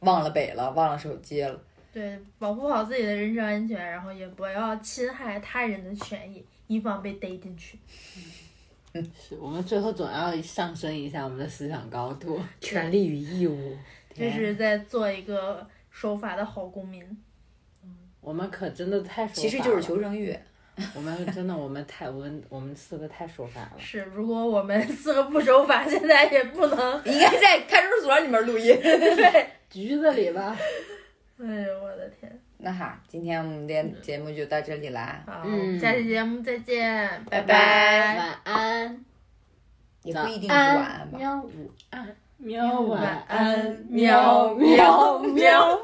Speaker 2: 忘了北了，忘了手机了。
Speaker 3: 对，保护好自己的人身安全，然后也不要侵害他人的权益，以防被逮进去。
Speaker 4: 是我们最后总要上升一下我们的思想高 度。
Speaker 1: 权利与义务，
Speaker 3: 这是在做一个守法的好公民。
Speaker 4: 我们可真的太守法
Speaker 2: 其实就是
Speaker 4: 了
Speaker 2: 求生欲。
Speaker 4: 我们真的我们太我们我们四个太守法 了。
Speaker 3: 是，如果我们四个不守法， 现在也不能。
Speaker 2: 应该在看守所里面录音。
Speaker 4: 局子里吧，
Speaker 3: 哎呦，我的天！
Speaker 2: 那哈，今天我们的节目就到这里啦，
Speaker 3: 好，
Speaker 4: 嗯
Speaker 3: 下期节目再见，拜
Speaker 2: 拜
Speaker 4: 晚安，
Speaker 2: 也不一定是
Speaker 4: 安
Speaker 2: 晚安吧。
Speaker 4: 喵午安，喵晚
Speaker 3: 安
Speaker 4: 安，
Speaker 3: 喵
Speaker 4: 喵
Speaker 3: 喵。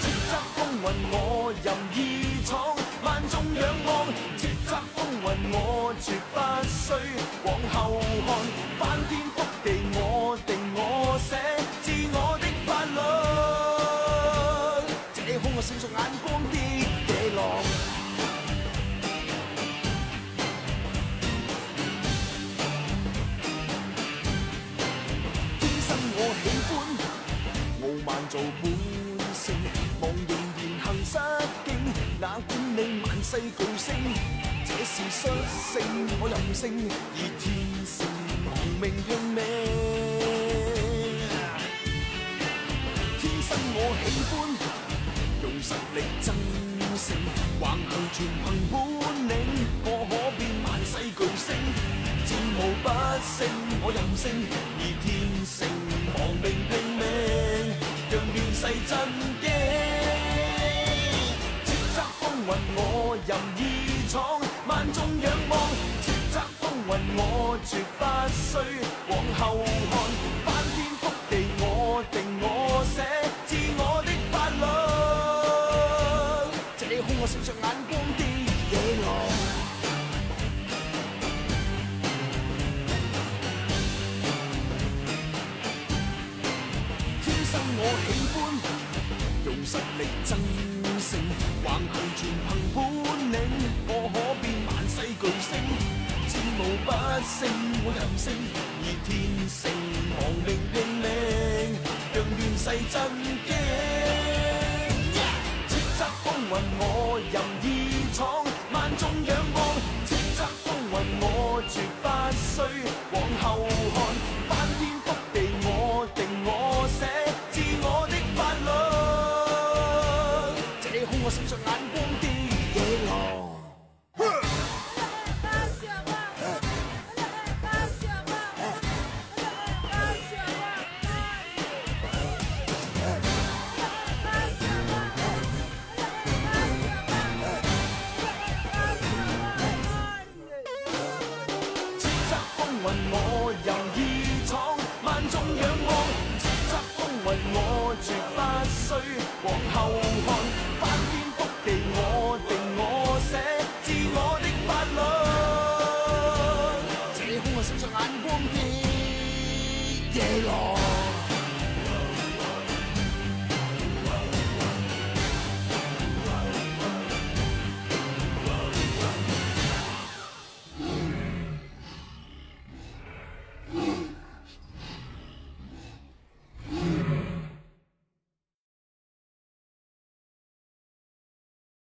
Speaker 5: 叱咤風雲我任意闖，萬眾仰望。叱咤風雲我絕不需往後看，翻天覆地我定我寫，自我的法律。這空我勝在眼光的野狼。天生我喜歡。傲慢做本性，望仍然行失敬，哪管你萬世巨星，這是率性，我任性，以天性無名拼命。天生我喜歡用實力爭勝，橫行全憑本領，我可變萬世巨星，戰無不勝，我任性，以天性亡命拼命，讓亂世震驚。叱咤風雲我任意闖，萬眾仰望。叱咤風雲我絕不需往後看，翻天覆地我定我寫，自我的法律。這空我閃着眼光的野狼。天生我喜歡。用實力爭勝，橫行全憑本領，我可變萬世巨星，戰無不勝，我任性，以天性亡命拼命，讓亂世震驚。